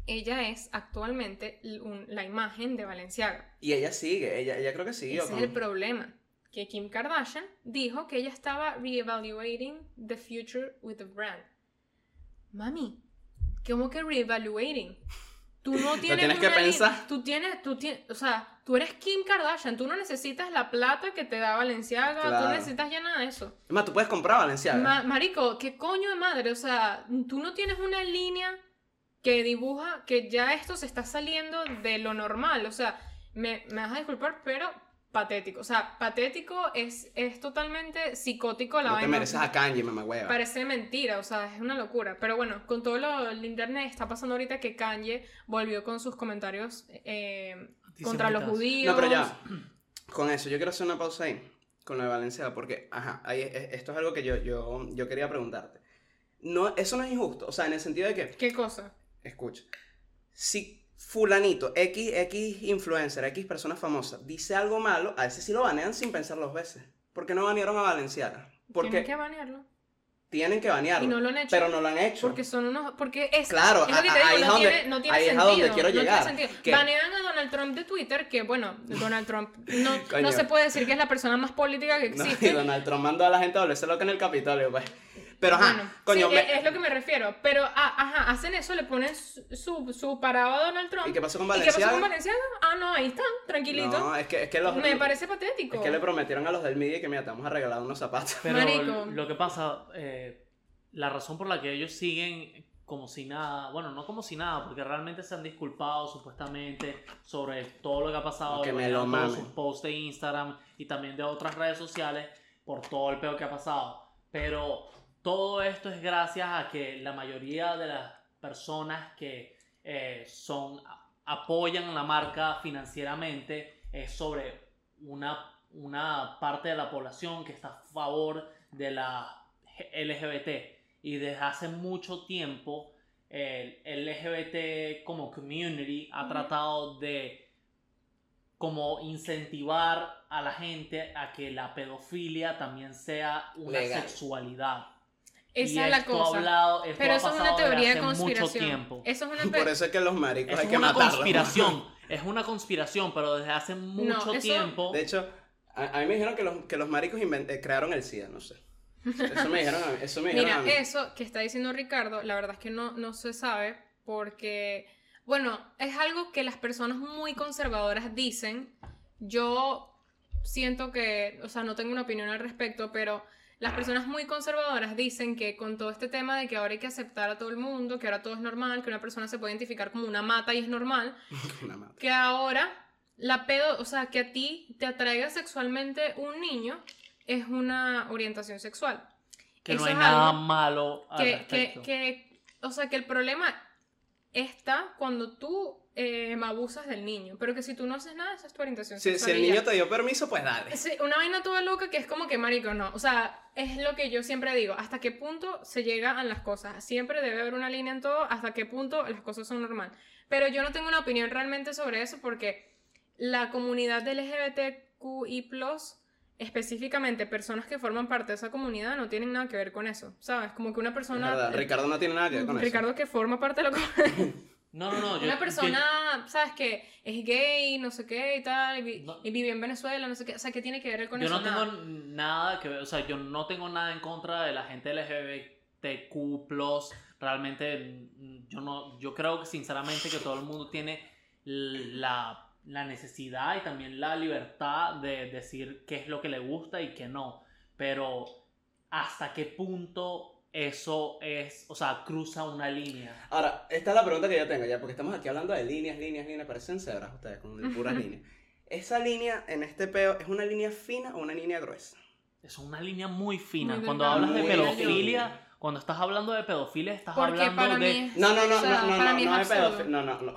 [SPEAKER 2] ella es actualmente l- un- la imagen de Valenciaga.
[SPEAKER 1] Y ella sigue, ella, ella creo que siguió.
[SPEAKER 2] Ese
[SPEAKER 1] con-
[SPEAKER 2] es el problema. Que Kim Kardashian dijo que ella estaba reevaluating the future with the brand. Mami, ¿cómo que reevaluating? Tú no tienes,
[SPEAKER 1] tienes que
[SPEAKER 2] una lin-
[SPEAKER 1] pensar.
[SPEAKER 2] Tú tienes, tú tienes, o sea, tú eres Kim Kardashian. Tú no necesitas la plata que te da Valenciaga. Tú
[SPEAKER 1] Claro.
[SPEAKER 2] no necesitas ya nada de eso.
[SPEAKER 1] Es más, tú puedes comprar Valenciaga.
[SPEAKER 2] Ma- marico, ¿qué coño de madre? O sea, tú no tienes una línea que dibuja que ya esto se está saliendo de lo normal. O sea, me, me vas a disculpar, pero patético. O sea, patético es, es totalmente psicótico la
[SPEAKER 1] no te
[SPEAKER 2] vaina.
[SPEAKER 1] mereces a Kanye, mamá hueva.
[SPEAKER 2] Parece mentira, o sea, es una locura. Pero bueno, con todo lo el internet está pasando ahorita que Kanye volvió con sus comentarios eh, contra los judíos.
[SPEAKER 3] Antisemitas.
[SPEAKER 1] No, pero ya. Con eso, yo quiero hacer una pausa ahí. Con lo de Valenciaga, porque, ajá, ahí, es- es- esto es algo que yo, yo, yo quería preguntarte. No, eso no es injusto. O sea, en el sentido de que.
[SPEAKER 2] ¿Qué cosa?
[SPEAKER 1] Escucha. Si fulanito, X, X influencer, X persona famosa, dice algo malo, a ese sí lo banean sin pensar dos veces. ¿Por qué no banearon a Valenciaga? Porque
[SPEAKER 2] Tienen que banearlo.
[SPEAKER 1] tienen que banearlo.
[SPEAKER 2] Y no lo han hecho.
[SPEAKER 1] Pero no lo han hecho.
[SPEAKER 2] Porque son unos. Porque es.
[SPEAKER 1] Claro,
[SPEAKER 2] es lo que
[SPEAKER 1] a-
[SPEAKER 2] te
[SPEAKER 1] a-
[SPEAKER 2] digo,
[SPEAKER 1] ahí es
[SPEAKER 2] no
[SPEAKER 1] donde-
[SPEAKER 2] tiene, no tiene
[SPEAKER 1] ahí es a
[SPEAKER 2] sentido.
[SPEAKER 1] donde quiero
[SPEAKER 2] no tiene
[SPEAKER 1] llegar,
[SPEAKER 2] sentido.
[SPEAKER 1] que-
[SPEAKER 2] Banean a Donald Trump de Twitter, que bueno, Donald Trump no,
[SPEAKER 1] Coño.
[SPEAKER 2] no se puede decir que es la persona más política que
[SPEAKER 1] No, y
[SPEAKER 2] existe.
[SPEAKER 1] Donald Trump mandó a la gente a volverse loca en el Capitolio, pues. Pero ajá,
[SPEAKER 2] Bueno,
[SPEAKER 1] coño,
[SPEAKER 2] sí, eh,
[SPEAKER 1] me-
[SPEAKER 2] es, es lo que me refiero. Pero, ah, ajá, hacen eso, le ponen su, su, su parado a Donald Trump.
[SPEAKER 1] ¿y qué pasó con
[SPEAKER 2] eh, ¿Y qué pasó
[SPEAKER 1] Valenciaga?
[SPEAKER 2] con Valenciaga? Ah, no, ahí están, tranquilito.
[SPEAKER 1] No, es que, es que los...
[SPEAKER 2] me parece patético.
[SPEAKER 1] Es que le prometieron a los del MIDI que, mira, te vamos a regalar unos zapatos.
[SPEAKER 3] Pero
[SPEAKER 2] Marico.
[SPEAKER 3] lo que pasa, eh, la razón por la que ellos siguen como si nada, bueno, no como si nada, porque realmente se han disculpado supuestamente sobre todo lo que ha pasado,
[SPEAKER 1] Que me
[SPEAKER 3] banearon
[SPEAKER 1] lo
[SPEAKER 3] todos
[SPEAKER 1] mamen.
[SPEAKER 3] sus posts de Instagram y también de otras redes sociales por todo el peo que ha pasado. Pero todo esto es gracias a que la mayoría de las personas que eh, son apoyan la marca financieramente es sobre una, una parte de la población que está a favor de la LGBT. Y desde hace mucho tiempo el LGBT como community ha
[SPEAKER 2] Ujú.
[SPEAKER 3] tratado de como incentivar a la gente a que la pedofilia también sea una
[SPEAKER 1] Legal.
[SPEAKER 3] sexualidad. Y
[SPEAKER 2] Esa es la
[SPEAKER 3] esto ha
[SPEAKER 2] cosa.
[SPEAKER 3] hablado- esto
[SPEAKER 2] pero
[SPEAKER 3] ha
[SPEAKER 2] eso es una
[SPEAKER 3] pasado desde
[SPEAKER 2] teoría de
[SPEAKER 3] hace Mucho
[SPEAKER 2] conspiración.
[SPEAKER 3] tiempo.
[SPEAKER 2] Eso es una
[SPEAKER 1] Por eso es que los maricos
[SPEAKER 3] Es
[SPEAKER 1] hay que
[SPEAKER 3] una
[SPEAKER 1] matarlos.
[SPEAKER 3] conspiración, es una conspiración, pero desde hace mucho
[SPEAKER 2] eso-
[SPEAKER 3] tiempo.
[SPEAKER 1] De hecho, a, a mí me dijeron que los, que los maricos invent- eh, crearon el SIDA, no sé. Eso me dijeron a mí. Eso me dijeron a
[SPEAKER 2] Mira,
[SPEAKER 1] mí.
[SPEAKER 2] eso que está diciendo Ricardo, la verdad es que no, no se sabe porque, bueno, es algo que las personas muy conservadoras dicen. Yo siento que, o sea, no tengo una opinión al respecto, pero las personas muy conservadoras dicen que con todo este tema de que ahora hay que aceptar a todo el mundo, que ahora todo es normal, que una persona se puede identificar como una mata y es normal,
[SPEAKER 1] Una madre.
[SPEAKER 2] que ahora la pedo, o sea, que a ti te atraiga sexualmente un niño es una orientación sexual
[SPEAKER 3] Que no
[SPEAKER 2] Eso
[SPEAKER 3] hay
[SPEAKER 2] es
[SPEAKER 3] nada
[SPEAKER 2] algo
[SPEAKER 3] malo al
[SPEAKER 2] que, que,
[SPEAKER 3] respecto.
[SPEAKER 2] que, o sea, que el problema está cuando tú eh, abusas del niño, pero que si tú no haces nada, esa es tu orientación
[SPEAKER 1] Si, si
[SPEAKER 2] sexual
[SPEAKER 1] el
[SPEAKER 2] y ya.
[SPEAKER 1] niño te dio permiso, pues dale.
[SPEAKER 2] Sí, una vaina toda loca que es como que marico, no. O sea, es lo que yo siempre digo. ¿Hasta qué punto se llegan las cosas? Siempre debe haber una línea en todo. ¿Hasta qué punto las cosas son normal? Pero yo no tengo una opinión realmente sobre eso porque la comunidad del LGBTQI, específicamente personas que forman parte de esa comunidad, no tienen nada que ver con eso. ¿Sabes? Como que una
[SPEAKER 1] Es
[SPEAKER 2] persona.
[SPEAKER 1] verdad, Ricardo no tiene nada que ver con eso.
[SPEAKER 2] Ricardo que forma parte de la comunidad.
[SPEAKER 3] No, no, no. yo-
[SPEAKER 2] Una
[SPEAKER 3] yo-
[SPEAKER 2] persona, ¿sabes? Que es gay, no sé qué y tal, y, vi-
[SPEAKER 3] No.
[SPEAKER 2] y vive en Venezuela, no sé qué. O sea, ¿qué tiene que ver él con
[SPEAKER 3] yo
[SPEAKER 2] eso?
[SPEAKER 3] no tengo
[SPEAKER 2] Nada.
[SPEAKER 3] nada que ver, o sea, yo no tengo nada en contra de la gente LGBTQ+, realmente mm, yo no yo creo que sinceramente que todo el mundo tiene la, la necesidad y también la libertad de decir qué es lo que le gusta y qué no, pero hasta qué punto eso es, o sea, cruza una línea.
[SPEAKER 1] Ahora, esta es la pregunta que yo tengo ya, porque estamos aquí hablando de líneas, líneas, líneas, parecen cebras ustedes, con puras líneas. ¿Esa línea en este peo es una línea fina o una línea gruesa?
[SPEAKER 3] Es una línea muy fina.
[SPEAKER 2] Muy
[SPEAKER 3] cuando
[SPEAKER 2] delgada.
[SPEAKER 3] hablas de
[SPEAKER 1] Muy
[SPEAKER 3] pedofilia, cuando estás hablando de pedofilia, estás
[SPEAKER 2] Porque
[SPEAKER 3] hablando
[SPEAKER 2] para
[SPEAKER 3] de...
[SPEAKER 2] mí es-
[SPEAKER 1] No, no, no,
[SPEAKER 2] o sea,
[SPEAKER 1] no, no,
[SPEAKER 2] para
[SPEAKER 1] no,
[SPEAKER 2] mí es
[SPEAKER 1] no hay
[SPEAKER 2] absurdo.
[SPEAKER 1] pedofilia. No, no, no.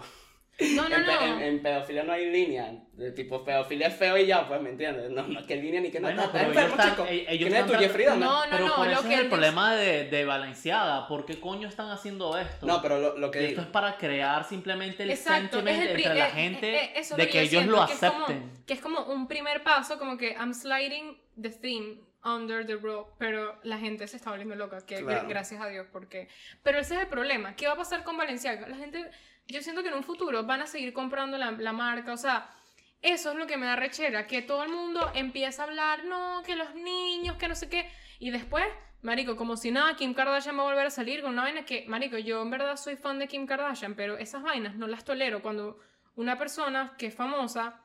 [SPEAKER 2] No, no,
[SPEAKER 1] en, pe-
[SPEAKER 2] no.
[SPEAKER 1] en- en pedofilia no hay línea. De tipo, pedofilia es feo y ya, pues, ¿me entiendes? No, no, que línea ni que no.
[SPEAKER 3] Bueno,
[SPEAKER 1] está,
[SPEAKER 3] pero
[SPEAKER 1] está enfermo,
[SPEAKER 3] ellos
[SPEAKER 1] chico.
[SPEAKER 3] están- e- ellos
[SPEAKER 1] ¿Quién es
[SPEAKER 3] están
[SPEAKER 1] tu Jeffrey Dahmer?
[SPEAKER 2] No, no,
[SPEAKER 3] pero
[SPEAKER 2] no,
[SPEAKER 3] por
[SPEAKER 2] lo
[SPEAKER 3] eso
[SPEAKER 2] que
[SPEAKER 3] es el
[SPEAKER 2] él
[SPEAKER 3] problema de, de Balanceada. ¿Por qué coño están haciendo esto?
[SPEAKER 1] No, pero lo, lo que
[SPEAKER 3] Esto
[SPEAKER 1] digo.
[SPEAKER 3] es para crear simplemente el
[SPEAKER 2] Exacto, es
[SPEAKER 3] sentiment
[SPEAKER 2] el pri-
[SPEAKER 3] entre la
[SPEAKER 2] eh,
[SPEAKER 3] gente
[SPEAKER 2] eh, eh, eso es
[SPEAKER 3] de
[SPEAKER 2] lo
[SPEAKER 3] que,
[SPEAKER 2] yo siento,
[SPEAKER 3] ellos lo
[SPEAKER 2] que es como-
[SPEAKER 3] acepten.
[SPEAKER 2] Que es, como, un primer paso, como que I'm sliding the thing under the rope, pero la gente se está volviendo loca, que gr-
[SPEAKER 1] Claro.
[SPEAKER 2] gracias a Dios, porque... Pero ese es el problema, ¿qué va a pasar con Valenciaga? La gente, yo siento que en un futuro van a seguir comprando la, la marca, o sea... Eso es lo que me da rechera, que todo el mundo empieza a hablar, no, que los niños, que no sé qué, y después, marico, como si nada, Kim Kardashian va a volver a salir con una vaina que, marico, yo en verdad soy fan de Kim Kardashian, pero esas vainas no las tolero cuando una persona que es famosa,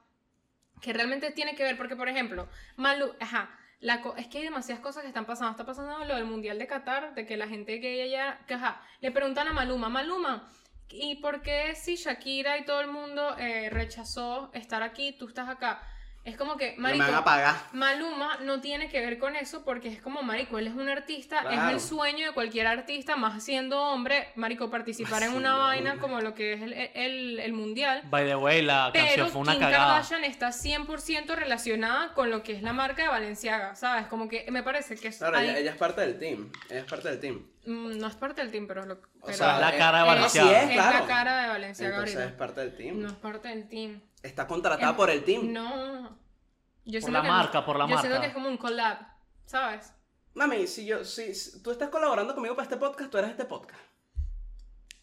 [SPEAKER 2] que realmente tiene que ver, porque por ejemplo, Malu, ajá, la co- es que hay demasiadas cosas que están pasando, está pasando lo del Mundial de Qatar, de que la gente que ella, que ajá, le preguntan a Maluma, Maluma, ¿y por qué si Shakira y todo el mundo eh, rechazó estar aquí, tú estás acá? Es como que,
[SPEAKER 1] No me
[SPEAKER 2] marico,
[SPEAKER 1] van a pagar.
[SPEAKER 2] Maluma no tiene que ver con eso porque es como, marico, él es un artista, es
[SPEAKER 1] Claro.
[SPEAKER 2] el sueño de cualquier artista, más siendo hombre, marico, participar en una
[SPEAKER 1] Siendo
[SPEAKER 2] vaina
[SPEAKER 1] hombre.
[SPEAKER 2] como lo que es el, el- el mundial.
[SPEAKER 3] By the way, la
[SPEAKER 2] Pero
[SPEAKER 3] canción fue una
[SPEAKER 2] Kim
[SPEAKER 3] cagada.
[SPEAKER 2] Kardashian está 100% relacionada con lo que es la marca de Valenciaga, ¿sabes? Como que me parece que es-
[SPEAKER 1] Claro,
[SPEAKER 2] ahí-
[SPEAKER 1] ella, ella es parte del team. Ella es parte del team.
[SPEAKER 2] mm, no es parte del team, pero, lo,
[SPEAKER 1] O
[SPEAKER 2] pero
[SPEAKER 1] sea,
[SPEAKER 3] la
[SPEAKER 1] eh,
[SPEAKER 3] cara de
[SPEAKER 2] eh,
[SPEAKER 3] Balenciaga.
[SPEAKER 1] Así
[SPEAKER 2] es
[SPEAKER 1] es, claro.
[SPEAKER 2] la cara de Valenciaga
[SPEAKER 1] Entonces es
[SPEAKER 2] ahorita.
[SPEAKER 1] parte del team.
[SPEAKER 2] No es parte del team.
[SPEAKER 1] Está contratada
[SPEAKER 2] Es-
[SPEAKER 1] por el team.
[SPEAKER 2] No. Yo
[SPEAKER 3] Por
[SPEAKER 2] siento
[SPEAKER 3] la
[SPEAKER 2] que-
[SPEAKER 3] marca, por la
[SPEAKER 2] Yo siento
[SPEAKER 3] marca.
[SPEAKER 2] que es como un collab, ¿sabes?
[SPEAKER 1] Mami, si yo, si, si tú estás colaborando conmigo para este podcast, tú eres este podcast.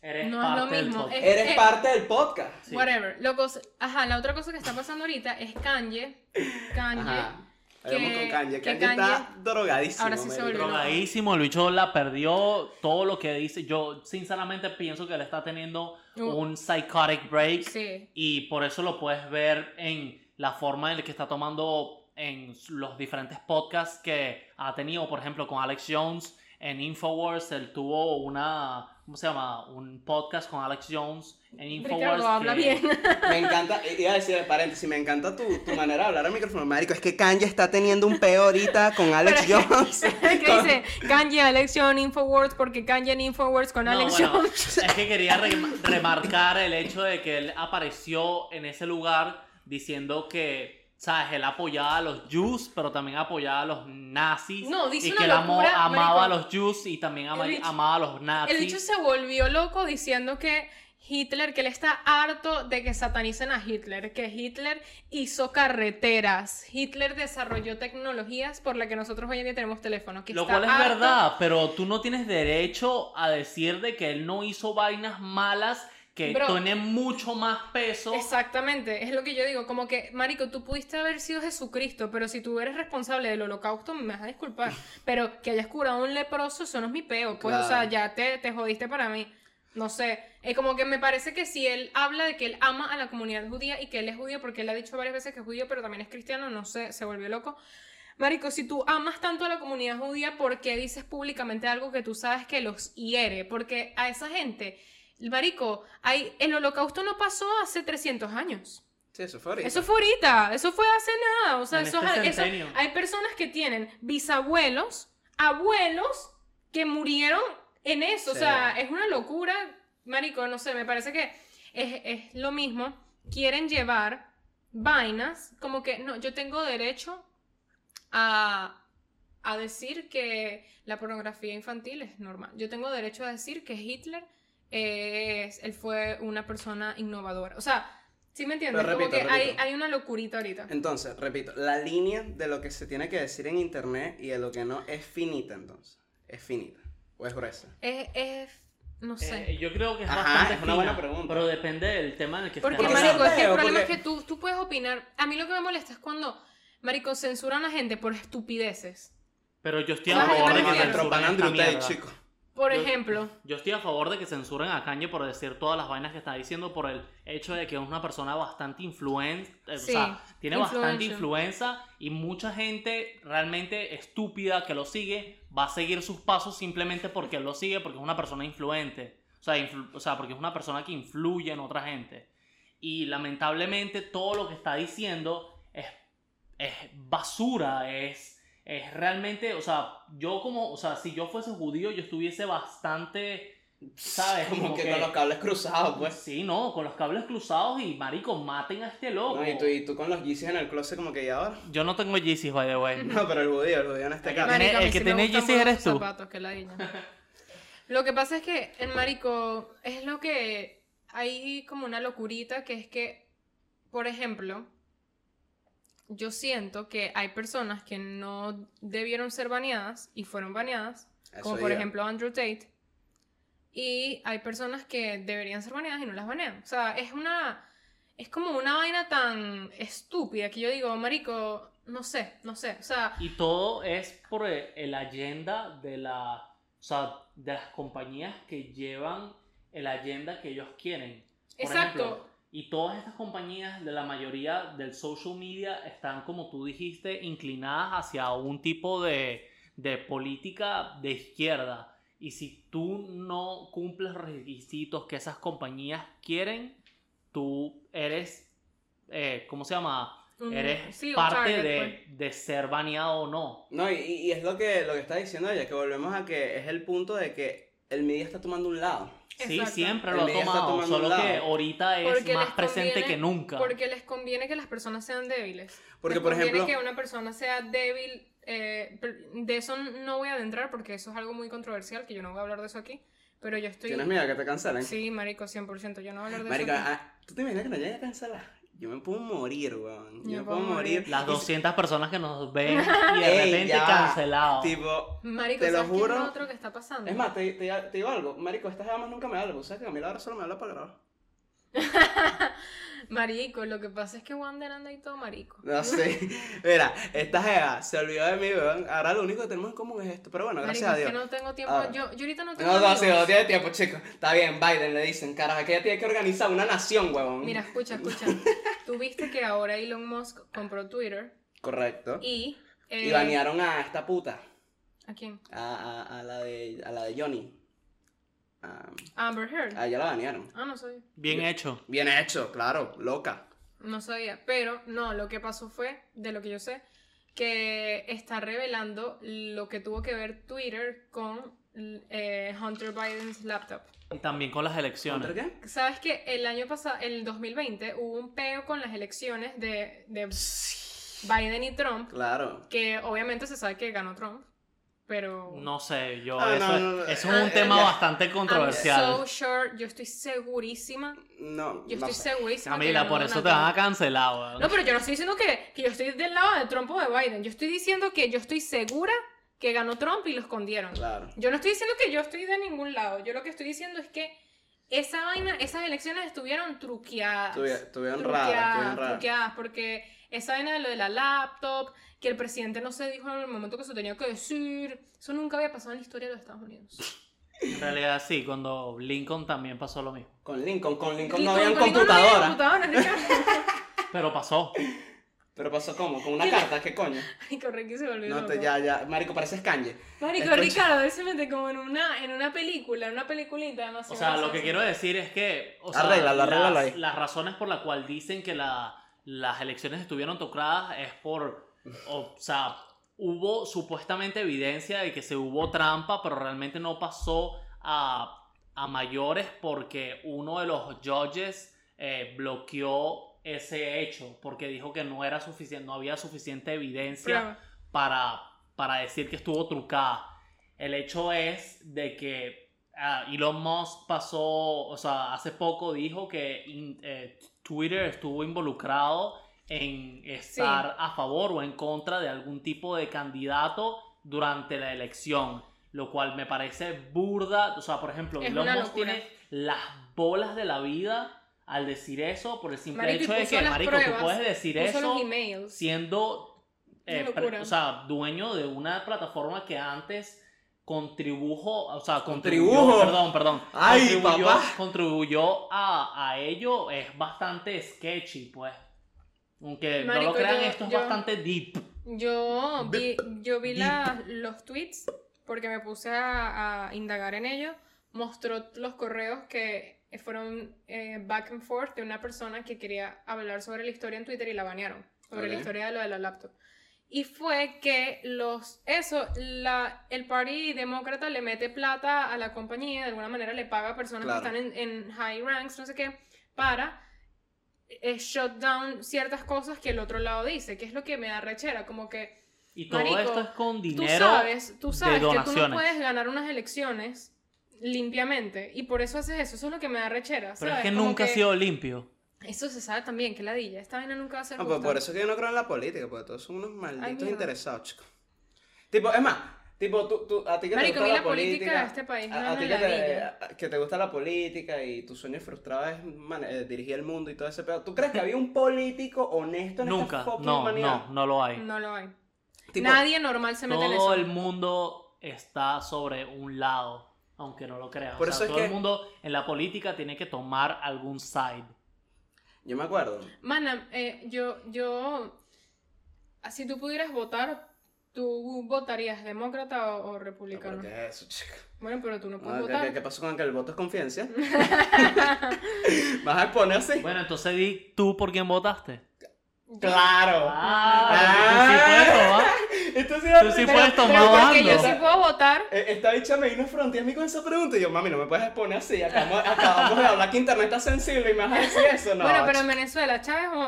[SPEAKER 3] Eres
[SPEAKER 2] No es
[SPEAKER 3] parte
[SPEAKER 2] lo
[SPEAKER 3] del
[SPEAKER 2] mismo,
[SPEAKER 3] podcast.
[SPEAKER 2] es-
[SPEAKER 1] Eres
[SPEAKER 2] eh,
[SPEAKER 1] parte del podcast.
[SPEAKER 3] Sí.
[SPEAKER 2] Whatever. Lo cos- Ajá, la otra cosa que está pasando ahorita es Kanye. Kanye.
[SPEAKER 1] Ajá.
[SPEAKER 2] Que-
[SPEAKER 1] Hablamos con Kanye.
[SPEAKER 2] que
[SPEAKER 1] Kanye, está
[SPEAKER 2] Kanye-
[SPEAKER 1] drogadísimo.
[SPEAKER 2] Ahora sí se
[SPEAKER 1] marico.
[SPEAKER 2] volvió loco.
[SPEAKER 3] Drogadísimo, el bicho la perdió todo lo que dice. Yo sinceramente pienso que él está teniendo
[SPEAKER 2] Uh.
[SPEAKER 3] un psychotic break.
[SPEAKER 2] Sí.
[SPEAKER 3] Y por eso lo puedes ver en la forma en la que está tomando en los diferentes podcasts que ha tenido, por ejemplo, con Alex Jones en Infowars, él tuvo una, ¿cómo se llama? Un podcast con Alex Jones en Infowars.
[SPEAKER 2] Ricardo habla
[SPEAKER 3] que-
[SPEAKER 2] bien.
[SPEAKER 1] Me encanta, iba a decir de paréntesis, me encanta tu, tu manera de hablar al micrófono, marico. Es que Kanye está teniendo un peo ahorita con Alex
[SPEAKER 2] Pero-
[SPEAKER 1] Jones.
[SPEAKER 2] que dice Kanye, Alex Jones, Infowars, porque Kanye en Infowars con
[SPEAKER 3] No,
[SPEAKER 2] Alex
[SPEAKER 3] bueno,
[SPEAKER 2] Jones.
[SPEAKER 3] es que quería re- remarcar el hecho de que él apareció en ese lugar diciendo que, ¿sabes? Él apoyaba a los Jews, pero también apoyaba a los nazis.
[SPEAKER 2] No, dice
[SPEAKER 3] y
[SPEAKER 2] una
[SPEAKER 3] que él amó-
[SPEAKER 2] locura,
[SPEAKER 3] amaba a
[SPEAKER 2] marico.
[SPEAKER 3] los Jews y también ama-
[SPEAKER 2] El bicho-
[SPEAKER 3] amaba a los nazis.
[SPEAKER 2] El bicho se volvió loco diciendo que Hitler, que él está harto de que satanicen a Hitler, que Hitler hizo carreteras, Hitler desarrolló tecnologías por la que nosotros hoy en día tenemos teléfonos. Que
[SPEAKER 3] Lo
[SPEAKER 2] está
[SPEAKER 3] cual es
[SPEAKER 2] harto-
[SPEAKER 3] verdad, pero tú no tienes derecho a decir de que él no hizo vainas malas que
[SPEAKER 2] Bro.
[SPEAKER 3] tiene mucho más peso.
[SPEAKER 2] Exactamente, es lo que yo digo, como que, Marico, tú pudiste haber sido Jesucristo, pero si tú eres responsable del holocausto, me vas a disculpar, pero que hayas curado a un leproso, eso no es mi peo, pues, o
[SPEAKER 1] Claro.
[SPEAKER 2] sea, ya te, te jodiste para mí, no sé, es como que me parece que si él habla de que él ama a la comunidad judía y que él es judío, porque él ha dicho varias veces que es judío, pero también es cristiano, no sé, se volvió loco. Marico, si tú amas tanto a la comunidad judía, ¿por qué dices públicamente algo que tú sabes que los hiere? Porque a esa gente... Marico, hay, el holocausto no pasó hace 300 años.
[SPEAKER 1] Sí, eso fue ahorita.
[SPEAKER 2] Eso fue ahorita, eso fue hace nada. O sea,
[SPEAKER 3] En
[SPEAKER 2] eso,
[SPEAKER 3] este
[SPEAKER 2] es- eso-
[SPEAKER 3] centenio.
[SPEAKER 2] hay personas que tienen bisabuelos, abuelos que murieron en eso. O
[SPEAKER 1] Sí.
[SPEAKER 2] sea, es una locura, Marico, no sé, me parece que es, es lo mismo. Quieren llevar vainas como que, no, yo tengo derecho a, a decir que la pornografía infantil es normal. Yo tengo derecho a decir que Hitler es, él fue una persona innovadora. O sea, ¿sí me entiendes?
[SPEAKER 1] Pero
[SPEAKER 2] Como que
[SPEAKER 1] repito,
[SPEAKER 2] hay,
[SPEAKER 1] repito.
[SPEAKER 2] hay una locurita ahorita.
[SPEAKER 1] Entonces, repito, la línea de lo que se tiene que decir en internet y de lo que no es finita entonces. Es finita. O es gruesa.
[SPEAKER 2] Es, es no sé.
[SPEAKER 3] Eh, yo creo que es
[SPEAKER 1] Ajá,
[SPEAKER 3] bastante
[SPEAKER 1] es una buena
[SPEAKER 3] fina,
[SPEAKER 1] pregunta.
[SPEAKER 3] Pero depende del tema en el que
[SPEAKER 2] Porque,
[SPEAKER 3] estés
[SPEAKER 1] Porque
[SPEAKER 2] marico,
[SPEAKER 3] hablando.
[SPEAKER 1] son
[SPEAKER 2] es que el
[SPEAKER 1] feos,
[SPEAKER 2] problema
[SPEAKER 1] porque-
[SPEAKER 2] es que tú, tú puedes opinar. A mí lo que me molesta es cuando, marico, censuran a gente por estupideces.
[SPEAKER 3] Pero yo estoy a
[SPEAKER 2] Claro, yo
[SPEAKER 3] favor de que
[SPEAKER 2] me refiero.
[SPEAKER 3] censuren
[SPEAKER 1] Tropan
[SPEAKER 3] esta
[SPEAKER 1] Andrew Tate,
[SPEAKER 3] mierda.
[SPEAKER 1] chico.
[SPEAKER 2] Por
[SPEAKER 3] Yo-
[SPEAKER 2] ejemplo,
[SPEAKER 3] Yo estoy a favor de que censuren a Kanye por decir todas las vainas que está diciendo por el hecho de que es una persona bastante influente, eh, o
[SPEAKER 2] Sí,
[SPEAKER 3] sea, tiene bastante
[SPEAKER 2] influencer.
[SPEAKER 3] influenza y mucha gente realmente estúpida que lo sigue va a seguir sus pasos simplemente porque él lo sigue porque es una persona influente, o sea, influ- o sea, porque es una persona que influye en otra gente. Y lamentablemente todo lo que está diciendo es, es basura, es, es realmente, o sea, yo como, o sea, si yo fuese judío, yo estuviese bastante, ¿sabes?
[SPEAKER 1] Como,
[SPEAKER 3] Como
[SPEAKER 1] que,
[SPEAKER 3] que-
[SPEAKER 1] con los cables cruzados, pues.
[SPEAKER 3] sí, no, con los cables cruzados y marico, maten a este loco.
[SPEAKER 1] No, y, tú, y tú con los Yeezys en el closet como que ya ahora.
[SPEAKER 3] Yo no tengo Yeezys, by the way.
[SPEAKER 1] No, pero el judío, el judío en este caso.
[SPEAKER 3] tiene-
[SPEAKER 2] marico, a mí
[SPEAKER 3] el que
[SPEAKER 2] sí me
[SPEAKER 3] tiene
[SPEAKER 2] gustan
[SPEAKER 3] Yeezy eres
[SPEAKER 2] buenos
[SPEAKER 3] tú.
[SPEAKER 2] zapatos, que ladilla. Lo que pasa es que el marico es lo que hay como una locurita que es que, por ejemplo, yo siento que hay personas que no debieron ser baneadas y fueron baneadas
[SPEAKER 1] Eso
[SPEAKER 2] como por
[SPEAKER 1] ya.
[SPEAKER 2] ejemplo Andrew Tate. Y hay personas que deberían ser baneadas y no las banean. O sea, es una. Es como una vaina tan estúpida que yo digo, marico, no sé, no sé. O sea,
[SPEAKER 3] Y todo es por el, el agenda de la, o sea, de las compañías que llevan el agenda que ellos quieren. Por
[SPEAKER 2] exacto.
[SPEAKER 3] ejemplo, y todas estas compañías de la mayoría del social media están, como tú dijiste, inclinadas hacia un tipo de, de política de izquierda. Y si tú no cumples requisitos que esas compañías quieren, tú eres, eh, ¿cómo se llama?
[SPEAKER 2] un-
[SPEAKER 3] Eres
[SPEAKER 2] sí, un
[SPEAKER 3] parte
[SPEAKER 2] target, pues.
[SPEAKER 3] de, de ser baneado o no.
[SPEAKER 1] No, y, y es lo que, lo que está diciendo ella, que volvemos a que es el punto de que el media está tomando un lado.
[SPEAKER 3] Sí,
[SPEAKER 2] Exacto.
[SPEAKER 3] siempre
[SPEAKER 1] El
[SPEAKER 3] lo ha
[SPEAKER 1] media está
[SPEAKER 3] tomado,
[SPEAKER 1] tomando un
[SPEAKER 3] solo que
[SPEAKER 1] lado.
[SPEAKER 3] ahorita es
[SPEAKER 2] Porque
[SPEAKER 3] más
[SPEAKER 2] les
[SPEAKER 3] presente
[SPEAKER 2] conviene-
[SPEAKER 3] que nunca.
[SPEAKER 2] pues, Porque les conviene que las personas sean débiles.
[SPEAKER 1] Porque,
[SPEAKER 2] Les
[SPEAKER 1] por
[SPEAKER 2] conviene
[SPEAKER 1] ejemplo,
[SPEAKER 2] Pues que una persona sea débil. eh, per- de eso no voy a adentrar porque eso es algo muy controversial, que yo no voy a hablar de eso aquí. Pero yo estoy.
[SPEAKER 1] tienes miedo que te cancelen.
[SPEAKER 2] Sí, marico, 100%. Yo no voy a hablar de
[SPEAKER 1] Marica,
[SPEAKER 2] eso. aquí.
[SPEAKER 1] ah, ¿tú te imaginas que no llegue a cancelar? Yo me puedo morir, weón. Yo,
[SPEAKER 2] Yo
[SPEAKER 1] me puedo morir.
[SPEAKER 3] Las
[SPEAKER 1] Y-
[SPEAKER 3] 200 personas que nos ven y de
[SPEAKER 1] Ey,
[SPEAKER 3] repente
[SPEAKER 1] ya va.
[SPEAKER 3] cancelado.
[SPEAKER 1] Tipo,
[SPEAKER 2] Marico,
[SPEAKER 1] ah, Te lo
[SPEAKER 2] ¿sabes qué es
[SPEAKER 1] juro.
[SPEAKER 2] lo otro que está pasando?
[SPEAKER 1] es más, te, te- te digo algo. Marico, estas damas nunca me hablan. O sea, que a mí la hora solo me habla para grabar.
[SPEAKER 2] Marico, lo que pasa es que Wander anda y todo marico.
[SPEAKER 1] No sé. Mira, esta jeva se olvidó de mí, weón. Ahora lo único que tenemos en común es esto. Pero bueno,
[SPEAKER 2] Marico,
[SPEAKER 1] gracias a
[SPEAKER 2] es
[SPEAKER 1] Dios.
[SPEAKER 2] que no tengo tiempo.
[SPEAKER 1] Ahora.
[SPEAKER 2] Yo, yo ahorita no tengo
[SPEAKER 1] No, no,
[SPEAKER 2] amigos.
[SPEAKER 1] sí, no tiene tiempo, chicos. Está bien, Biden le dicen, carajo, que ella tiene que organizar una nación, huevón.
[SPEAKER 2] Mira, escucha, escucha. Tú viste que ahora Elon Musk compró Twitter
[SPEAKER 1] Correcto. Y,
[SPEAKER 2] y... eh,
[SPEAKER 1] banearon a esta puta.
[SPEAKER 2] ¿A quién?
[SPEAKER 1] A, a- a la, de, a la de Johnny. A,
[SPEAKER 2] Amber Heard.
[SPEAKER 1] a ella la banearon.
[SPEAKER 2] Ah, no sabía.
[SPEAKER 3] Bien hecho.
[SPEAKER 1] Bien hecho, claro, loca.
[SPEAKER 2] No sabía. Pero, no, lo que pasó fue, de lo que yo sé, que está revelando lo que tuvo que ver Twitter con eh, Hunter Biden's laptop.
[SPEAKER 3] Y también con las elecciones.
[SPEAKER 1] ¿Contra qué?
[SPEAKER 2] Sabes que el año pasado, el 2020, hubo un peo con las elecciones de, de Biden y Trump,
[SPEAKER 1] Claro.
[SPEAKER 2] que obviamente se sabe que ganó Trump, pero...
[SPEAKER 3] No sé, yo.
[SPEAKER 1] Ah,
[SPEAKER 3] eso,
[SPEAKER 1] no,
[SPEAKER 3] es-
[SPEAKER 1] no, no.
[SPEAKER 3] eso es un
[SPEAKER 1] Ah,
[SPEAKER 3] tema
[SPEAKER 1] ya.
[SPEAKER 3] bastante
[SPEAKER 2] I'm
[SPEAKER 3] controversial.
[SPEAKER 2] so sure, yo estoy segurísima,
[SPEAKER 1] No,
[SPEAKER 2] yo
[SPEAKER 1] no
[SPEAKER 2] estoy
[SPEAKER 1] sé.
[SPEAKER 2] segurísima. que
[SPEAKER 3] Camila,
[SPEAKER 2] ganó
[SPEAKER 3] por eso
[SPEAKER 2] Donald
[SPEAKER 3] te van a
[SPEAKER 2] Trump.
[SPEAKER 3] cancelar, weón.
[SPEAKER 2] No, pero yo no estoy diciendo que, que yo estoy del lado de Trump o de Biden, yo estoy diciendo que yo estoy segura que ganó Trump y lo escondieron.
[SPEAKER 1] Claro.
[SPEAKER 2] Yo no estoy diciendo que yo estoy de ningún lado, yo lo que estoy diciendo es que esa vaina, esas elecciones estuvieron truqueadas.
[SPEAKER 1] Estuvi- Estuvieron raras,
[SPEAKER 2] truqueadas,
[SPEAKER 1] estuvieron raras.
[SPEAKER 2] truqueadas, porque esa vaina de lo de la laptop, que el presidente no se dijo en el momento que se tenía que decir, eso nunca había pasado en la historia de los Estados Unidos.
[SPEAKER 3] En realidad sí, cuando Lincoln también pasó lo mismo.
[SPEAKER 1] Con Lincoln, con Lincoln
[SPEAKER 2] Lincoln-
[SPEAKER 1] no habían
[SPEAKER 2] con Lincoln no había
[SPEAKER 1] computadora.
[SPEAKER 2] computadoras, Ricardo.
[SPEAKER 3] Pero pasó.
[SPEAKER 1] Pero pasó como, con una carta, ¿qué coño?
[SPEAKER 2] Marico, Ricky se volvió
[SPEAKER 1] No,
[SPEAKER 2] loco.
[SPEAKER 1] te, ya, ya, marico, pareces Kanye.
[SPEAKER 2] Marico,
[SPEAKER 1] Escucha.
[SPEAKER 2] Ricardo, él se mete como en una, en una película, en una peliculita demasiado
[SPEAKER 3] O sea, lo
[SPEAKER 2] graciosa.
[SPEAKER 3] que quiero decir es que. O sea,
[SPEAKER 1] Arréglalo, arréglalo
[SPEAKER 3] las,
[SPEAKER 1] ahí.
[SPEAKER 3] las razones por las cuales dicen que la- las elecciones estuvieron tocadas es por. O sea, hubo supuestamente evidencia de que se hubo trampa, pero realmente no pasó a, a mayores porque uno de los judges eh, bloqueó ese hecho porque dijo que no era suficiente, no había suficiente evidencia
[SPEAKER 2] Prueba.
[SPEAKER 3] para, para decir que estuvo trucada. El hecho es de que ah, Elon Musk pasó, o sea, hace poco dijo que in- eh, Twitter estuvo involucrado en estar a favor o en contra de algún tipo de candidato durante la elección, lo cual me parece burda. O sea, por ejemplo,
[SPEAKER 2] Es
[SPEAKER 3] Elon
[SPEAKER 2] una
[SPEAKER 3] Musk
[SPEAKER 2] locura.
[SPEAKER 3] tiene las bolas de la vida al decir eso por el simple
[SPEAKER 2] Marico, y
[SPEAKER 3] hecho de
[SPEAKER 2] puso
[SPEAKER 3] que,
[SPEAKER 2] las
[SPEAKER 3] marico,
[SPEAKER 2] pruebas,
[SPEAKER 3] tú puedes decir
[SPEAKER 2] Puso
[SPEAKER 3] eso
[SPEAKER 2] los emails.
[SPEAKER 3] siendo eh,
[SPEAKER 2] Una
[SPEAKER 3] pre-
[SPEAKER 2] locura.
[SPEAKER 3] o sea, dueño de una plataforma que antes contribujo, o sea, contribuyó,
[SPEAKER 1] Contribujo.
[SPEAKER 3] perdón, perdón,
[SPEAKER 1] Ay,
[SPEAKER 3] contribuyó,
[SPEAKER 1] papá.
[SPEAKER 3] contribuyó a, a ello, es bastante sketchy, pues. Aunque no
[SPEAKER 2] Marico,
[SPEAKER 3] lo crean,
[SPEAKER 2] yo-
[SPEAKER 3] esto es
[SPEAKER 2] yo-
[SPEAKER 3] bastante deep.
[SPEAKER 2] Yo vi, yo vi la- los tweets porque me puse a, a indagar en ellos. Mostró los correos que fueron eh, back and forth de una persona que quería hablar sobre la historia en Twitter y la banearon. Sobre la
[SPEAKER 1] Ok.
[SPEAKER 2] historia de lo de la laptop. Y fue que los. Eso, la, el Party Demócrata le mete plata a la compañía, de alguna manera le paga a personas que
[SPEAKER 1] Claro.
[SPEAKER 2] están en, en high ranks, no sé qué, para eh, shut down ciertas cosas que el otro lado dice, que es lo que me da rechera, como que
[SPEAKER 3] Y todo
[SPEAKER 2] Marico,
[SPEAKER 3] esto es con dinero.
[SPEAKER 2] tú sabes, tú
[SPEAKER 3] de
[SPEAKER 2] sabes que tú no
[SPEAKER 3] donaciones.
[SPEAKER 2] puedes ganar unas elecciones limpiamente y por eso haces eso, eso es lo que me da rechera,
[SPEAKER 3] pero es
[SPEAKER 2] ¿sabes?
[SPEAKER 3] que
[SPEAKER 2] Como
[SPEAKER 3] nunca ha
[SPEAKER 2] que
[SPEAKER 3] sido limpio.
[SPEAKER 2] Eso se sabe también, que ladilla, esta vaina nunca va a ser
[SPEAKER 1] No, pues
[SPEAKER 2] justa.
[SPEAKER 1] por eso que yo no creo en la política, porque todos son unos malditos
[SPEAKER 2] mierda.
[SPEAKER 1] interesados, chicos. Tipo, es más, tipo, tú, tú, a ti que
[SPEAKER 2] Marico,
[SPEAKER 1] te
[SPEAKER 2] a mí
[SPEAKER 1] gusta
[SPEAKER 2] la política de este país me
[SPEAKER 1] a,
[SPEAKER 2] da
[SPEAKER 1] a
[SPEAKER 2] una
[SPEAKER 1] ti que te,
[SPEAKER 2] ladilla.
[SPEAKER 1] a- que te gusta la política y tu sueño frustrado es man- eh, dirigir el mundo y todo ese pedo, ¿tú crees que había un político honesto en
[SPEAKER 3] Nunca.
[SPEAKER 1] esta fucking
[SPEAKER 3] No,
[SPEAKER 1] humanidad?
[SPEAKER 3] no, no lo hay.
[SPEAKER 2] No lo hay.
[SPEAKER 1] Tipo,
[SPEAKER 2] Nadie normal se mete en eso.
[SPEAKER 3] todo el mundo está sobre un lado, aunque no lo crean.
[SPEAKER 1] Por
[SPEAKER 3] o
[SPEAKER 1] eso
[SPEAKER 3] sea,
[SPEAKER 1] es
[SPEAKER 3] todo el
[SPEAKER 1] que-
[SPEAKER 3] mundo en la política tiene que tomar algún side.
[SPEAKER 1] Yo me acuerdo.
[SPEAKER 2] Mana, eh, yo, yo, si tú pudieras votar, tú votarías demócrata o, o
[SPEAKER 1] No, pero
[SPEAKER 2] republicano.
[SPEAKER 1] ¿Qué es eso, chico?
[SPEAKER 2] Bueno, pero tú no
[SPEAKER 1] Ah,
[SPEAKER 2] puedes
[SPEAKER 1] ¿qué-
[SPEAKER 2] votar.
[SPEAKER 1] qué, qué pasó con que el voto es confidencia? ¿Vas a exponer así?
[SPEAKER 3] Bueno, entonces di tú por quién votaste.
[SPEAKER 1] ¡Claro!
[SPEAKER 2] Ah.
[SPEAKER 3] Ah,
[SPEAKER 1] Esto sí,
[SPEAKER 3] Tú sí
[SPEAKER 2] Pero-
[SPEAKER 3] puedes
[SPEAKER 2] pero
[SPEAKER 3] tomar
[SPEAKER 2] porque yo
[SPEAKER 3] bando.
[SPEAKER 2] sí puedo votar.
[SPEAKER 1] Eh, Esta bicha me vino frente a mí con esa pregunta y yo, mami, no me puedes exponer así. Acabamos, acabamos de hablar que internet está sensible y me vas a decir eso, no.
[SPEAKER 2] bueno, pero en
[SPEAKER 1] ch-
[SPEAKER 2] Venezuela, Chávez o,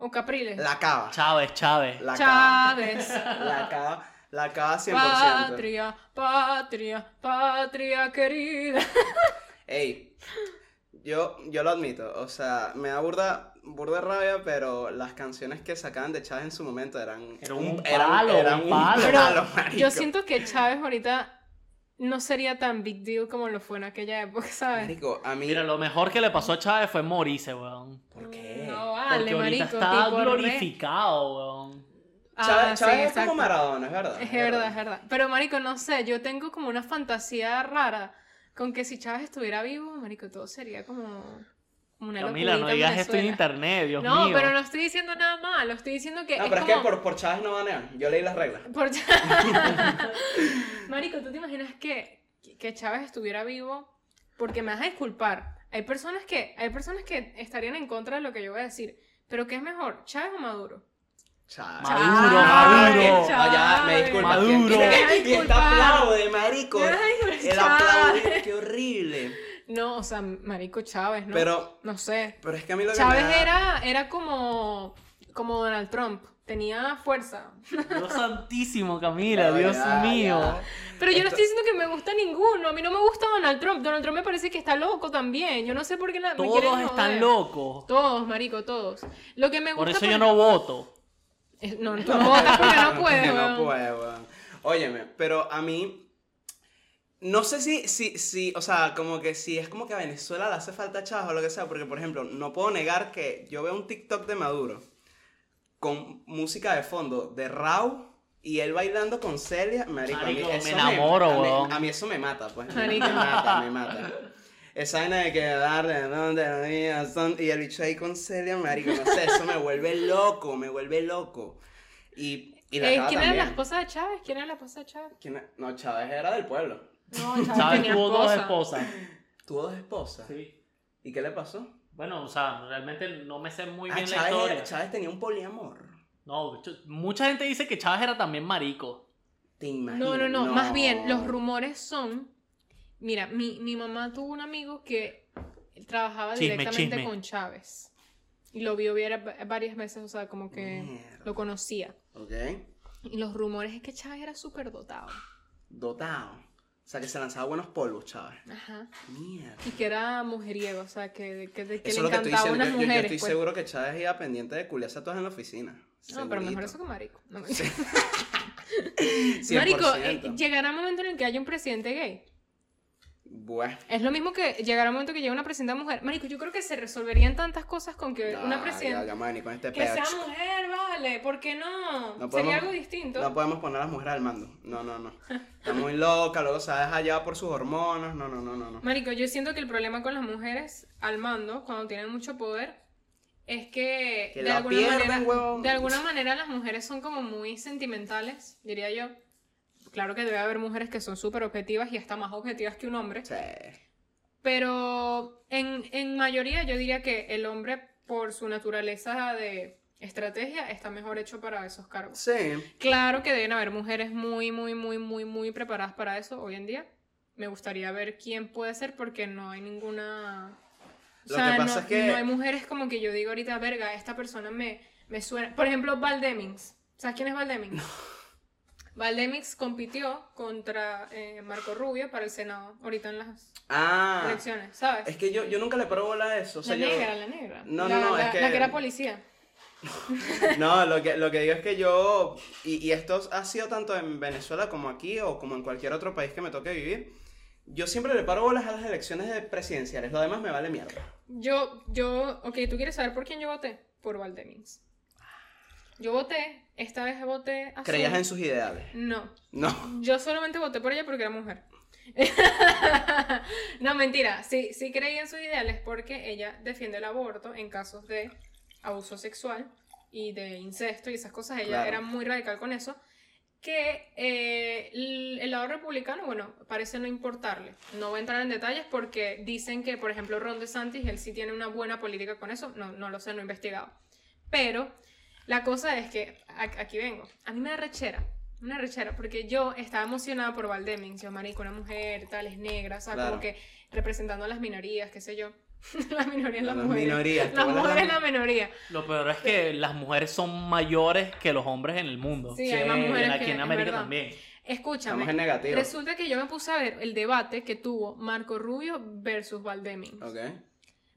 [SPEAKER 2] o, o Capriles.
[SPEAKER 1] La cava.
[SPEAKER 3] Chávez, Chávez.
[SPEAKER 1] La cava.
[SPEAKER 2] Chávez.
[SPEAKER 1] La cava. La cava 100%.
[SPEAKER 2] Patria, patria, patria querida.
[SPEAKER 1] Ey, yo, yo lo admito, o sea, me da burda, burda rabia, pero las canciones que sacaban de Chávez en su momento eran...
[SPEAKER 3] Era un palo,
[SPEAKER 1] eran
[SPEAKER 3] un palo. Pero
[SPEAKER 1] marico.
[SPEAKER 2] Yo siento que Chávez ahorita no sería tan big deal como lo fue en aquella época, ¿sabes?
[SPEAKER 1] Marico, a mí...
[SPEAKER 3] Mira, lo mejor que le pasó a Chávez fue morirse, weón.
[SPEAKER 1] ¿Por qué?
[SPEAKER 2] No
[SPEAKER 3] Porque
[SPEAKER 2] vale,
[SPEAKER 3] ahorita
[SPEAKER 2] marico.
[SPEAKER 3] está
[SPEAKER 2] tipo, re-
[SPEAKER 3] glorificado, weón.
[SPEAKER 2] Ah,
[SPEAKER 1] Chávez,
[SPEAKER 2] sí,
[SPEAKER 1] Chávez es
[SPEAKER 2] exacto.
[SPEAKER 1] como Maradona, es verdad.
[SPEAKER 2] Es verdad, es verdad. Pero, marico, no sé, yo tengo como una fantasía rara con que si Chávez estuviera vivo, marico, todo sería como, como una
[SPEAKER 3] Camila, no
[SPEAKER 2] locurita en
[SPEAKER 3] digas esto en
[SPEAKER 2] Venezuela.
[SPEAKER 3] internet, Dios
[SPEAKER 2] no,
[SPEAKER 3] mío.
[SPEAKER 2] pero no estoy diciendo nada malo, estoy diciendo que
[SPEAKER 1] No, Ah,
[SPEAKER 2] es
[SPEAKER 1] pero es
[SPEAKER 2] como...
[SPEAKER 1] que por, por Chávez no banean. Yo leí las reglas.
[SPEAKER 2] por- marico, ¿tú te imaginas que, que Chávez estuviera vivo? Porque me vas a disculpar. Hay personas, que, hay personas que estarían en contra de lo que yo voy a decir. Pero ¿qué es mejor, Chávez o Maduro?
[SPEAKER 1] Chávez.
[SPEAKER 3] Maduro,
[SPEAKER 2] Chávez,
[SPEAKER 3] Maduro.
[SPEAKER 1] No, ya, me disculpa.
[SPEAKER 3] Maduro.
[SPEAKER 1] ¿quién-
[SPEAKER 3] Me
[SPEAKER 2] vas a
[SPEAKER 1] Y está
[SPEAKER 2] disculpar.
[SPEAKER 1] aplaude, marico.
[SPEAKER 2] Ay,
[SPEAKER 1] El
[SPEAKER 2] Chávez.
[SPEAKER 1] aplaude, qué horrible.
[SPEAKER 2] No, o sea, marico Chávez, ¿no?
[SPEAKER 1] Pero,
[SPEAKER 2] No sé.
[SPEAKER 1] pero es que a mí lo que
[SPEAKER 2] Chávez
[SPEAKER 1] me da-
[SPEAKER 2] era, era como, como Donald Trump. Tenía fuerza.
[SPEAKER 3] Dios santísimo, Camila,
[SPEAKER 1] No,
[SPEAKER 3] Dios
[SPEAKER 1] ya,
[SPEAKER 3] mío.
[SPEAKER 1] ya.
[SPEAKER 2] Pero yo no
[SPEAKER 1] Esto-
[SPEAKER 2] estoy diciendo que me gusta ninguno. A mí no me gusta Donald Trump. Donald Trump me parece que está loco también. Yo no sé por qué la, me quieren
[SPEAKER 3] Todos
[SPEAKER 2] joder.
[SPEAKER 3] están locos.
[SPEAKER 2] Todos, marico, todos. Lo que me gusta.
[SPEAKER 3] Por eso
[SPEAKER 2] por-
[SPEAKER 3] yo no voto.
[SPEAKER 2] Es- No, tú no votas porque no
[SPEAKER 1] Porque
[SPEAKER 2] puedes.
[SPEAKER 1] no
[SPEAKER 2] weón.
[SPEAKER 1] puede, weón. Óyeme, pero a mí No sé si, si, si, o sea, como que si es como que a Venezuela le hace falta chavos o lo que sea, porque por ejemplo, no puedo negar que yo veo un TikTok de Maduro con música de fondo de Rau y él bailando con Celia, marico,
[SPEAKER 3] Marico,
[SPEAKER 1] a
[SPEAKER 3] me
[SPEAKER 1] mí eso
[SPEAKER 3] enamoro,
[SPEAKER 1] a mí-
[SPEAKER 3] weón.
[SPEAKER 1] a mí eso me mata, pues, me,
[SPEAKER 2] Marico.
[SPEAKER 1] me mata, me mata. Esa vaina de que darle, donde la niña son, y el bicho ahí con Celia, marico, no sé, eso me vuelve loco, me vuelve loco. Y, y la
[SPEAKER 2] Eh,
[SPEAKER 1] chava
[SPEAKER 2] ¿Quién era la
[SPEAKER 1] también.
[SPEAKER 2] esposa de Chávez? ¿Quién era la esposa de Chávez?
[SPEAKER 1] ¿Quién era? No, Chávez era del pueblo.
[SPEAKER 2] No,
[SPEAKER 3] ¿Sabes? Tuvo dos esposas.
[SPEAKER 1] Tuvo dos esposas.
[SPEAKER 3] Sí.
[SPEAKER 1] ¿Y qué le pasó?
[SPEAKER 3] Bueno, o sea, realmente no me sé muy
[SPEAKER 1] Ah,
[SPEAKER 3] bien la
[SPEAKER 1] Chávez,
[SPEAKER 3] historia.
[SPEAKER 1] era- Chávez tenía un poliamor.
[SPEAKER 3] No, de hecho, mucha gente dice que Chávez era también marico.
[SPEAKER 1] Te imaginas.
[SPEAKER 2] No, no, no, Más bien, los rumores son. Mira, mi, mi mamá tuvo un amigo que él trabajaba
[SPEAKER 3] Chisme,
[SPEAKER 2] directamente
[SPEAKER 3] chisme.
[SPEAKER 2] con Chávez. Y lo vio ver a- varias veces, o sea, como que
[SPEAKER 1] Mierda.
[SPEAKER 2] lo conocía.
[SPEAKER 1] Ok.
[SPEAKER 2] Y los rumores es que Chávez era súper dotado.
[SPEAKER 1] Dotado. O sea, que se lanzaba buenos polvos, Chávez.
[SPEAKER 2] Ajá.
[SPEAKER 1] Mierda.
[SPEAKER 2] Y que era mujeriego, o sea, que, que, que
[SPEAKER 1] Eso
[SPEAKER 2] le
[SPEAKER 1] es lo que estoy
[SPEAKER 2] encantaba a
[SPEAKER 1] diciendo.
[SPEAKER 2] unas
[SPEAKER 1] Yo, yo- yo
[SPEAKER 2] mujeres.
[SPEAKER 1] estoy
[SPEAKER 2] pues.
[SPEAKER 1] seguro que Chávez iba pendiente de culiarse a todas en la oficina.
[SPEAKER 2] No, pero mejor eso que marico. No, mentira. Marico,
[SPEAKER 1] Marico,
[SPEAKER 2] eh, llegará un momento en el que haya un presidente gay.
[SPEAKER 1] Bueno.
[SPEAKER 2] Es lo mismo que llegará un momento que llegue una presidenta mujer. Marico, yo creo que se resolverían tantas cosas con que una
[SPEAKER 1] Ya,
[SPEAKER 2] presidenta
[SPEAKER 1] ya, man, y con este
[SPEAKER 2] que
[SPEAKER 1] pedo.
[SPEAKER 2] sea mujer, vale, ¿por qué no?
[SPEAKER 1] No podemos-
[SPEAKER 2] Sería algo distinto.
[SPEAKER 1] No podemos poner a las mujeres al mando. No, no, no. Está muy loca, luego se va a dejar llevar por sus hormonas. No, no, no, no. no.
[SPEAKER 2] Marico, yo siento que el problema con las mujeres al mando, cuando tienen mucho poder, es que,
[SPEAKER 1] Que
[SPEAKER 2] de,
[SPEAKER 1] la
[SPEAKER 2] alguna
[SPEAKER 1] pierden,
[SPEAKER 2] manera,
[SPEAKER 1] huevón.
[SPEAKER 2] de alguna manera las mujeres son como muy sentimentales, diría yo. Claro que debe haber mujeres que son súper objetivas y hasta más objetivas que un hombre.
[SPEAKER 1] Sí.
[SPEAKER 2] Pero en, en mayoría yo diría que el hombre, por su naturaleza de estrategia, está mejor hecho para esos cargos.
[SPEAKER 1] Sí.
[SPEAKER 2] Claro que deben haber mujeres muy, muy, muy, muy, muy preparadas para eso hoy en día. Me gustaría ver quién puede ser porque no hay ninguna... O
[SPEAKER 1] Lo
[SPEAKER 2] sea,
[SPEAKER 1] que pasa
[SPEAKER 2] no,
[SPEAKER 1] es que-
[SPEAKER 2] no hay mujeres como que yo digo ahorita, verga, esta persona me, me suena... Por ejemplo, Valdemings. ¿Sabes quién es Valdemings? Valdemings compitió contra eh, Marco Rubio para el Senado ahorita en las
[SPEAKER 1] Ah.
[SPEAKER 2] elecciones, ¿sabes?
[SPEAKER 1] Es que yo, yo nunca le paro bola a eso. O sea,
[SPEAKER 2] la
[SPEAKER 1] yo-
[SPEAKER 2] negra, la negra.
[SPEAKER 1] No,
[SPEAKER 2] la,
[SPEAKER 1] no, no,
[SPEAKER 2] la-
[SPEAKER 1] es que-
[SPEAKER 2] la era policía.
[SPEAKER 1] No, lo que, lo que digo es que yo, y, y esto ha sido tanto en Venezuela como aquí o como en cualquier otro país que me toque vivir, yo siempre le paro bolas a las elecciones de presidenciales, lo demás me vale mierda.
[SPEAKER 2] Yo, yo, ok, ¿tú quieres saber por quién yo voté? Por Valdemins. Yo voté, esta vez voté azul.
[SPEAKER 1] Creías en sus ideales.
[SPEAKER 2] No,
[SPEAKER 1] No.
[SPEAKER 2] yo solamente voté por ella porque era mujer. no, mentira, sí, sí creí en sus ideales porque ella defiende el aborto en casos de abuso sexual y de incesto y esas cosas. Ella
[SPEAKER 1] Claro.
[SPEAKER 2] era muy radical con eso. Que eh, el, el lado republicano, bueno, parece no importarle. No voy a entrar en detalles porque dicen que, por ejemplo, Ron DeSantis, él sí tiene una buena política con eso. No, no lo sé, no he investigado. Pero la cosa es que, a- aquí vengo, a mí me da rechera. Una rechera, porque yo estaba emocionada por Valdemins, yo marico, una mujer, tal, es negra, o sea,
[SPEAKER 1] Claro.
[SPEAKER 2] como que representando a las minorías, qué sé yo. las minorías, las,
[SPEAKER 1] Las
[SPEAKER 2] mujeres.
[SPEAKER 1] minorías, te
[SPEAKER 2] Las
[SPEAKER 1] vuelas la-
[SPEAKER 2] mujeres, la minoría.
[SPEAKER 3] Lo peor es que las mujeres son mayores que los hombres en el mundo.
[SPEAKER 2] Sí, hay más mujeres
[SPEAKER 3] Aquí
[SPEAKER 2] que-
[SPEAKER 3] en
[SPEAKER 2] es
[SPEAKER 3] América
[SPEAKER 2] verdad.
[SPEAKER 3] también.
[SPEAKER 2] Escúchame.
[SPEAKER 1] Estamos en negativo.
[SPEAKER 2] Resulta que yo me puse a ver el debate que tuvo Marco Rubio versus Valdemins.
[SPEAKER 1] Ok.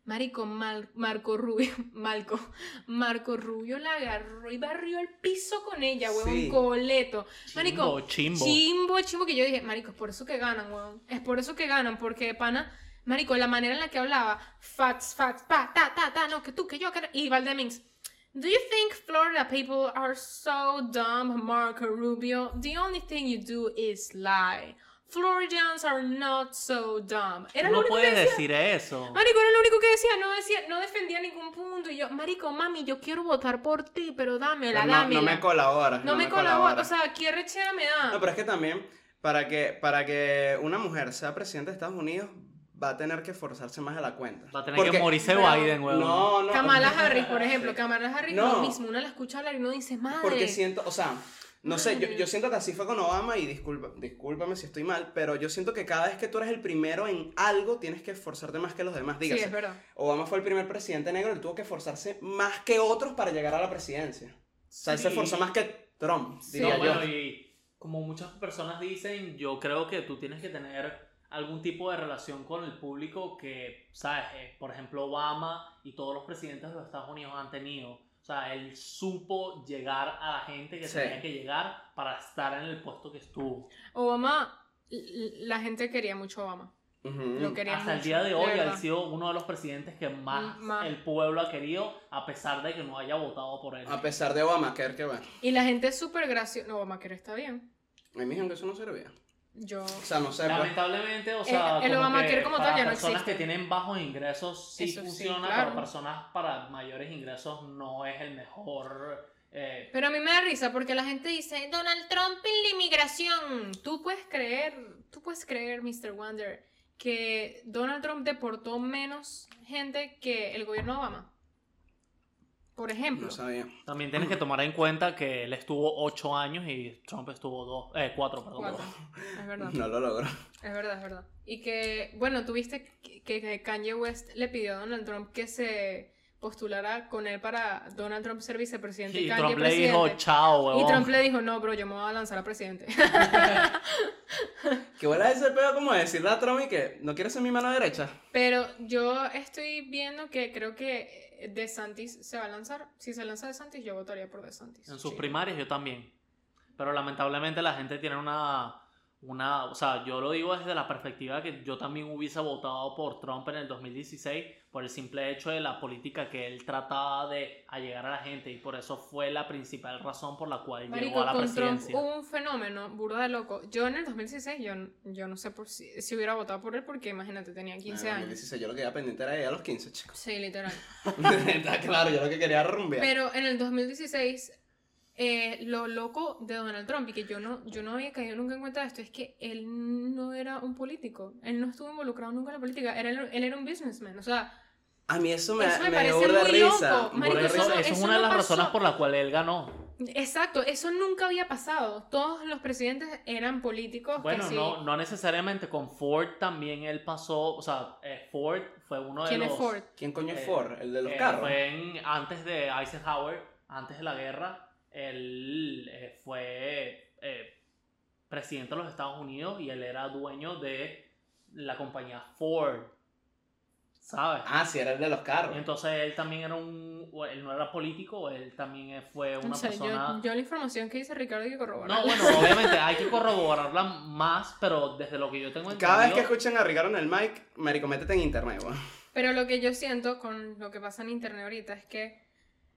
[SPEAKER 2] Marico, Mal- Marco Rubio, Marco, Marco Rubio la agarró y barrió el piso con ella, huevón,
[SPEAKER 1] Sí.
[SPEAKER 2] coleto. Marico,
[SPEAKER 3] Chimbo, chimbo.
[SPEAKER 2] Chimbo, chimbo, que yo dije, marico, es por eso que ganan, weón. Es por eso que ganan, porque de pana, marico, la manera en la que hablaba, facts, facts, pa, ta, ta, ta, no, que tú, que yo, que... Y Valdemings, do you think Florida people are so dumb, Marco Rubio? The only thing you do is lie. Floridians are not so dumb. Era lo
[SPEAKER 3] no
[SPEAKER 2] único que
[SPEAKER 3] puedes
[SPEAKER 2] decía.
[SPEAKER 3] decir eso.
[SPEAKER 2] Marico, era lo único que decía, no decía, no defendía ningún punto. Y yo, marico, mami, yo quiero votar por ti, pero dámela,
[SPEAKER 1] Pero no,
[SPEAKER 2] dámela.
[SPEAKER 1] no me colaboras.
[SPEAKER 2] No me colabora, o sea, qué rechera me da.
[SPEAKER 1] No, pero es que también, para que, para que una mujer sea presidenta de Estados Unidos, va a tener que forzarse más a la cuenta.
[SPEAKER 3] Va a tener
[SPEAKER 1] Porque-
[SPEAKER 3] que morirse
[SPEAKER 2] Pero-
[SPEAKER 3] Biden, huevón.
[SPEAKER 1] No, no.
[SPEAKER 2] Kamala Harris, por ejemplo,
[SPEAKER 1] Sí.
[SPEAKER 2] Kamala Harris
[SPEAKER 1] No.
[SPEAKER 2] lo mismo, uno la escucha hablar y uno dice, madre.
[SPEAKER 1] Porque siento, o sea, no sé, yo, yo siento que así fue con Obama y disculpa, discúlpame si estoy mal, pero yo siento que cada vez que tú eres el primero en algo, tienes que esforzarte más que los demás.
[SPEAKER 2] sí,
[SPEAKER 1] Dígase,
[SPEAKER 2] es verdad.
[SPEAKER 1] Obama fue el primer presidente negro, él tuvo que esforzarse más que otros para llegar a la presidencia. O sea, él se
[SPEAKER 3] Sí.
[SPEAKER 1] esforzó más que Trump,
[SPEAKER 3] No,
[SPEAKER 1] diría yo.
[SPEAKER 3] bueno, y como muchas personas dicen, yo creo que tú tienes que tener algún tipo de relación con el público que, ¿sabes? Eh, Por ejemplo, Obama y todos los presidentes de los Estados Unidos han tenido. O sea, él supo llegar a la gente que
[SPEAKER 1] Sí.
[SPEAKER 3] tenía que llegar para estar en el puesto que estuvo.
[SPEAKER 2] Obama l- la gente quería mucho a Obama.
[SPEAKER 1] Ujú.
[SPEAKER 2] Lo quería
[SPEAKER 3] Hasta el
[SPEAKER 2] mucho,
[SPEAKER 3] día de hoy
[SPEAKER 2] verdad.
[SPEAKER 3] ha sido uno de los presidentes que más,
[SPEAKER 2] Mm, más.
[SPEAKER 3] el pueblo ha querido, a pesar de que no haya votado por él.
[SPEAKER 1] A pesar de Obamacare, que bueno.
[SPEAKER 2] Y la gente es súper graciosa. No, Obamacare está bien.
[SPEAKER 1] A mí me dijeron que eso no servía.
[SPEAKER 2] Yo.
[SPEAKER 1] O sea, no sé. pues.
[SPEAKER 3] Lamentablemente,
[SPEAKER 2] eh,
[SPEAKER 3] o sea,
[SPEAKER 2] El- el
[SPEAKER 3] como
[SPEAKER 2] Obamacare
[SPEAKER 3] que
[SPEAKER 2] como tal
[SPEAKER 3] para
[SPEAKER 2] ya no
[SPEAKER 3] personas
[SPEAKER 2] existe.
[SPEAKER 3] que tienen bajos ingresos sí
[SPEAKER 2] Eso sí,
[SPEAKER 3] funciona,
[SPEAKER 2] claro.
[SPEAKER 3] para personas para mayores ingresos no es el mejor. eh,
[SPEAKER 2] Pero a mí me da risa porque la gente dice, Donald Trump y la inmigración. Tú puedes creer, tú puedes creer, Mr. Wonder, que Donald Trump deportó menos gente que el gobierno de Obama. Por ejemplo.
[SPEAKER 1] No sabía.
[SPEAKER 3] también tienes que tomar en cuenta que él estuvo ocho años y Trump estuvo dos, eh, cuatro, perdón.
[SPEAKER 2] Cuatro. Es verdad,
[SPEAKER 1] No lo logro.
[SPEAKER 2] es verdad, es verdad. Y que, bueno, tuviste que, que Kanye West le pidió a Donald Trump que se postulara con él para Donald Trump ser vicepresidente y,
[SPEAKER 3] Y
[SPEAKER 2] Kanye
[SPEAKER 3] Trump le
[SPEAKER 2] presidente.
[SPEAKER 3] dijo, chao,
[SPEAKER 2] y
[SPEAKER 3] huevón.
[SPEAKER 2] Trump le dijo, no, bro, yo me voy a lanzar a presidente.
[SPEAKER 1] Que huele ese pedo como de decirle a Trump y que no quieres ser mi mano derecha.
[SPEAKER 2] Pero yo estoy viendo que creo que eh, De Santis se va a lanzar. Si se lanza De Santis, yo votaría por De Santis.
[SPEAKER 3] En sus
[SPEAKER 2] Sí.
[SPEAKER 3] primarias yo también. Pero lamentablemente la gente tiene una, una... O sea, yo lo digo desde la perspectiva que yo también hubiese votado por Trump en el 2016 por el simple hecho de la política que él trataba de allegar a la gente y por eso fue la principal razón por la cual llegó
[SPEAKER 2] Marico,
[SPEAKER 3] a la
[SPEAKER 2] con Trump
[SPEAKER 3] presidencia.
[SPEAKER 2] hubo un fenómeno, burda de loco. Yo en el 2016, yo, yo no sé por si, si hubiera votado por él porque imagínate, tenía 15
[SPEAKER 1] Ah,
[SPEAKER 2] años.
[SPEAKER 1] 2016, yo lo que iba pendiente era de a los 15, chicos.
[SPEAKER 2] Sí, literal.
[SPEAKER 1] Está claro, yo lo que quería era rumbear.
[SPEAKER 2] Pero en el 2016, eh, lo loco de Donald Trump, y que yo no, yo no había caído nunca en cuenta de esto, es que él no era un político. Él no estuvo involucrado nunca en la política. Era, él era un businessman. O sea,
[SPEAKER 1] A mí eso me,
[SPEAKER 2] Eso me
[SPEAKER 1] me
[SPEAKER 2] parece
[SPEAKER 1] dio burda
[SPEAKER 2] muy
[SPEAKER 1] risa.
[SPEAKER 2] loco,
[SPEAKER 1] burda
[SPEAKER 3] Por
[SPEAKER 2] marico,
[SPEAKER 3] eso,
[SPEAKER 1] risa.
[SPEAKER 2] no-
[SPEAKER 3] eso es
[SPEAKER 2] eso
[SPEAKER 3] una de
[SPEAKER 2] no
[SPEAKER 3] las razones
[SPEAKER 2] pasó.
[SPEAKER 3] por la cual él ganó.
[SPEAKER 2] Exacto, eso nunca había pasado. Todos los presidentes eran políticos. que
[SPEAKER 3] Bueno,
[SPEAKER 2] sí.
[SPEAKER 3] no, no necesariamente. Con Ford también él pasó... O sea, eh, Ford fue uno de
[SPEAKER 2] ¿Quién
[SPEAKER 3] los...
[SPEAKER 2] es Ford?
[SPEAKER 1] ¿Quién coño es
[SPEAKER 3] Eh,
[SPEAKER 1] Ford? El de los
[SPEAKER 3] Eh,
[SPEAKER 1] carros.
[SPEAKER 3] fue en- antes de Eisenhower, antes de la guerra, él eh, fue eh, presidente de los Estados Unidos y él era dueño de la compañía Ford. ¿Sabes?
[SPEAKER 1] Ah, sí, era el de los carros.
[SPEAKER 3] Entonces él también era un. o Él no era político, él también fue una
[SPEAKER 2] O sea, yo-
[SPEAKER 3] persona.
[SPEAKER 2] yo, la información que dice Ricardo hay que corroborar.
[SPEAKER 3] No, bueno, obviamente hay que corroborarla más, pero desde lo que yo tengo entendido.
[SPEAKER 1] Cada vez que escuchan a Ricardo en el mic, marico, métete en internet, weón.
[SPEAKER 2] Pero lo que yo siento con lo que pasa en internet ahorita es que,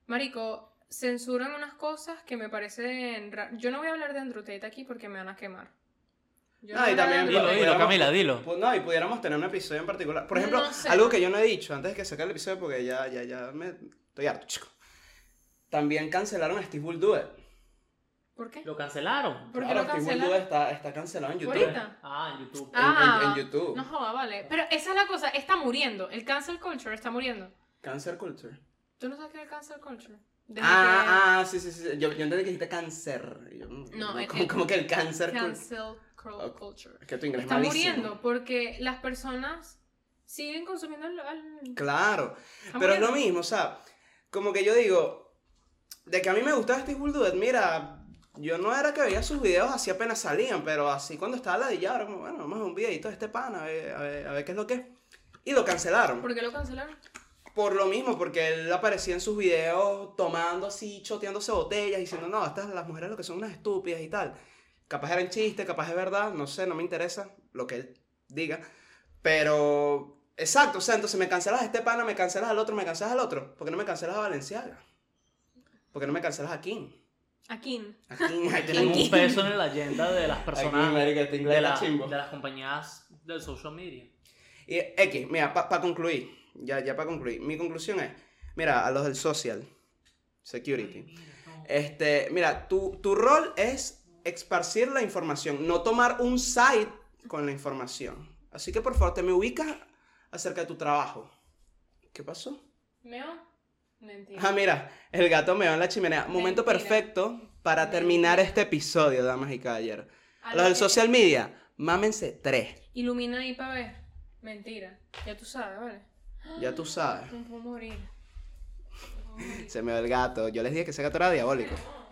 [SPEAKER 2] Marico, censuran unas cosas que me parecen raras. Yo no voy a hablar de Andrew Tate aquí porque me van a quemar. Yo
[SPEAKER 1] Ah, y
[SPEAKER 2] voy a hablar de
[SPEAKER 1] también-
[SPEAKER 2] Andrew
[SPEAKER 3] Dilo,
[SPEAKER 2] Tate.
[SPEAKER 3] dilo, Camila, dilo.
[SPEAKER 1] Pu- No, y pudiéramos tener un episodio en particular. Por ejemplo,
[SPEAKER 2] No sé.
[SPEAKER 1] algo que yo no he dicho antes de que saque el episodio porque ya, ya, ya me estoy harto, chico. También cancelaron a Steve Bulldue.
[SPEAKER 2] ¿Por qué?
[SPEAKER 3] Lo cancelaron.
[SPEAKER 2] ¿Por qué lo
[SPEAKER 1] Steve
[SPEAKER 2] cancelaron?
[SPEAKER 1] Bulldue está, está cancelado en YouTube.
[SPEAKER 2] Ahorita. Ah.
[SPEAKER 3] Ah, en YouTube.
[SPEAKER 1] en- en YouTube.
[SPEAKER 2] No joda, vale. Pero esa es la cosa, está muriendo. El cancel culture está muriendo.
[SPEAKER 1] Cancer Culture.
[SPEAKER 2] ¿Tú no sabes qué es el cancel culture? Desde que-
[SPEAKER 1] Ah, ah, sí, sí, sí. Yo, yo entendí que dijiste cáncer. Y yo,
[SPEAKER 2] No, el-
[SPEAKER 1] como,
[SPEAKER 2] el-
[SPEAKER 1] como que el cáncer. cul-
[SPEAKER 2] Cancel cul-
[SPEAKER 1] ah, Ok.
[SPEAKER 2] culture.
[SPEAKER 1] Es que tu inglés es
[SPEAKER 2] Está
[SPEAKER 1] malísimo.
[SPEAKER 2] muriendo porque las personas siguen consumiendo el. el-
[SPEAKER 1] Claro.
[SPEAKER 2] está
[SPEAKER 1] Pero es lo
[SPEAKER 2] muriendo.
[SPEAKER 1] mismo, o sea, como que yo digo, de que a mí me gustaba Steve Bulldog, mira, yo no era que veía sus videos así apenas salían, pero así cuando estaba ladillado, era como, bueno, vamos a ver un videito de este pan, a ver, a ver, a ver qué es lo que es. Y lo cancelaron.
[SPEAKER 2] ¿Por qué lo cancelaron?
[SPEAKER 1] Por lo mismo, porque él aparecía en sus videos tomando así, choteándose botellas, diciendo, no, estas las mujeres lo que son unas estúpidas y tal. Capaz eran chistes, capaz es verdad, no sé, no me interesa lo que él diga. Pero, exacto, o sea, entonces me cancelas a este pana, me cancelas al otro, me cancelas al otro. ¿Por qué no me cancelas a Valenciaga? ¿Por qué no me cancelas a King?
[SPEAKER 2] ¿A quién?
[SPEAKER 1] A King, a
[SPEAKER 3] tienen
[SPEAKER 1] King.
[SPEAKER 3] un peso en la agenda de las personas de, la- de las compañías del social media.
[SPEAKER 1] Y X, mira, para concluir, ya, ya para concluir, mi conclusión es, mira, a los del social security, este, mira, tu, tu rol es esparcir la información, no tomar un site con la información. Así que por favor, te me ubicas acerca de tu trabajo. ¿Qué pasó?
[SPEAKER 2] ¿Meo? Mentira.
[SPEAKER 1] Ah, mira, el gato me va en la chimenea. Momento
[SPEAKER 2] Mentira.
[SPEAKER 1] perfecto para
[SPEAKER 2] Mentira.
[SPEAKER 1] terminar este episodio, damas y caballeros.
[SPEAKER 2] A
[SPEAKER 1] A los
[SPEAKER 2] lo
[SPEAKER 1] del
[SPEAKER 2] que-
[SPEAKER 1] social media, mámense tres.
[SPEAKER 2] Ilumina ahí para ver. Mentira. Ya tú sabes, ¿vale?
[SPEAKER 1] Ya tú sabes.
[SPEAKER 2] Me puedo morir.
[SPEAKER 1] Se me va el gato. Yo les dije que ese gato era diabólico.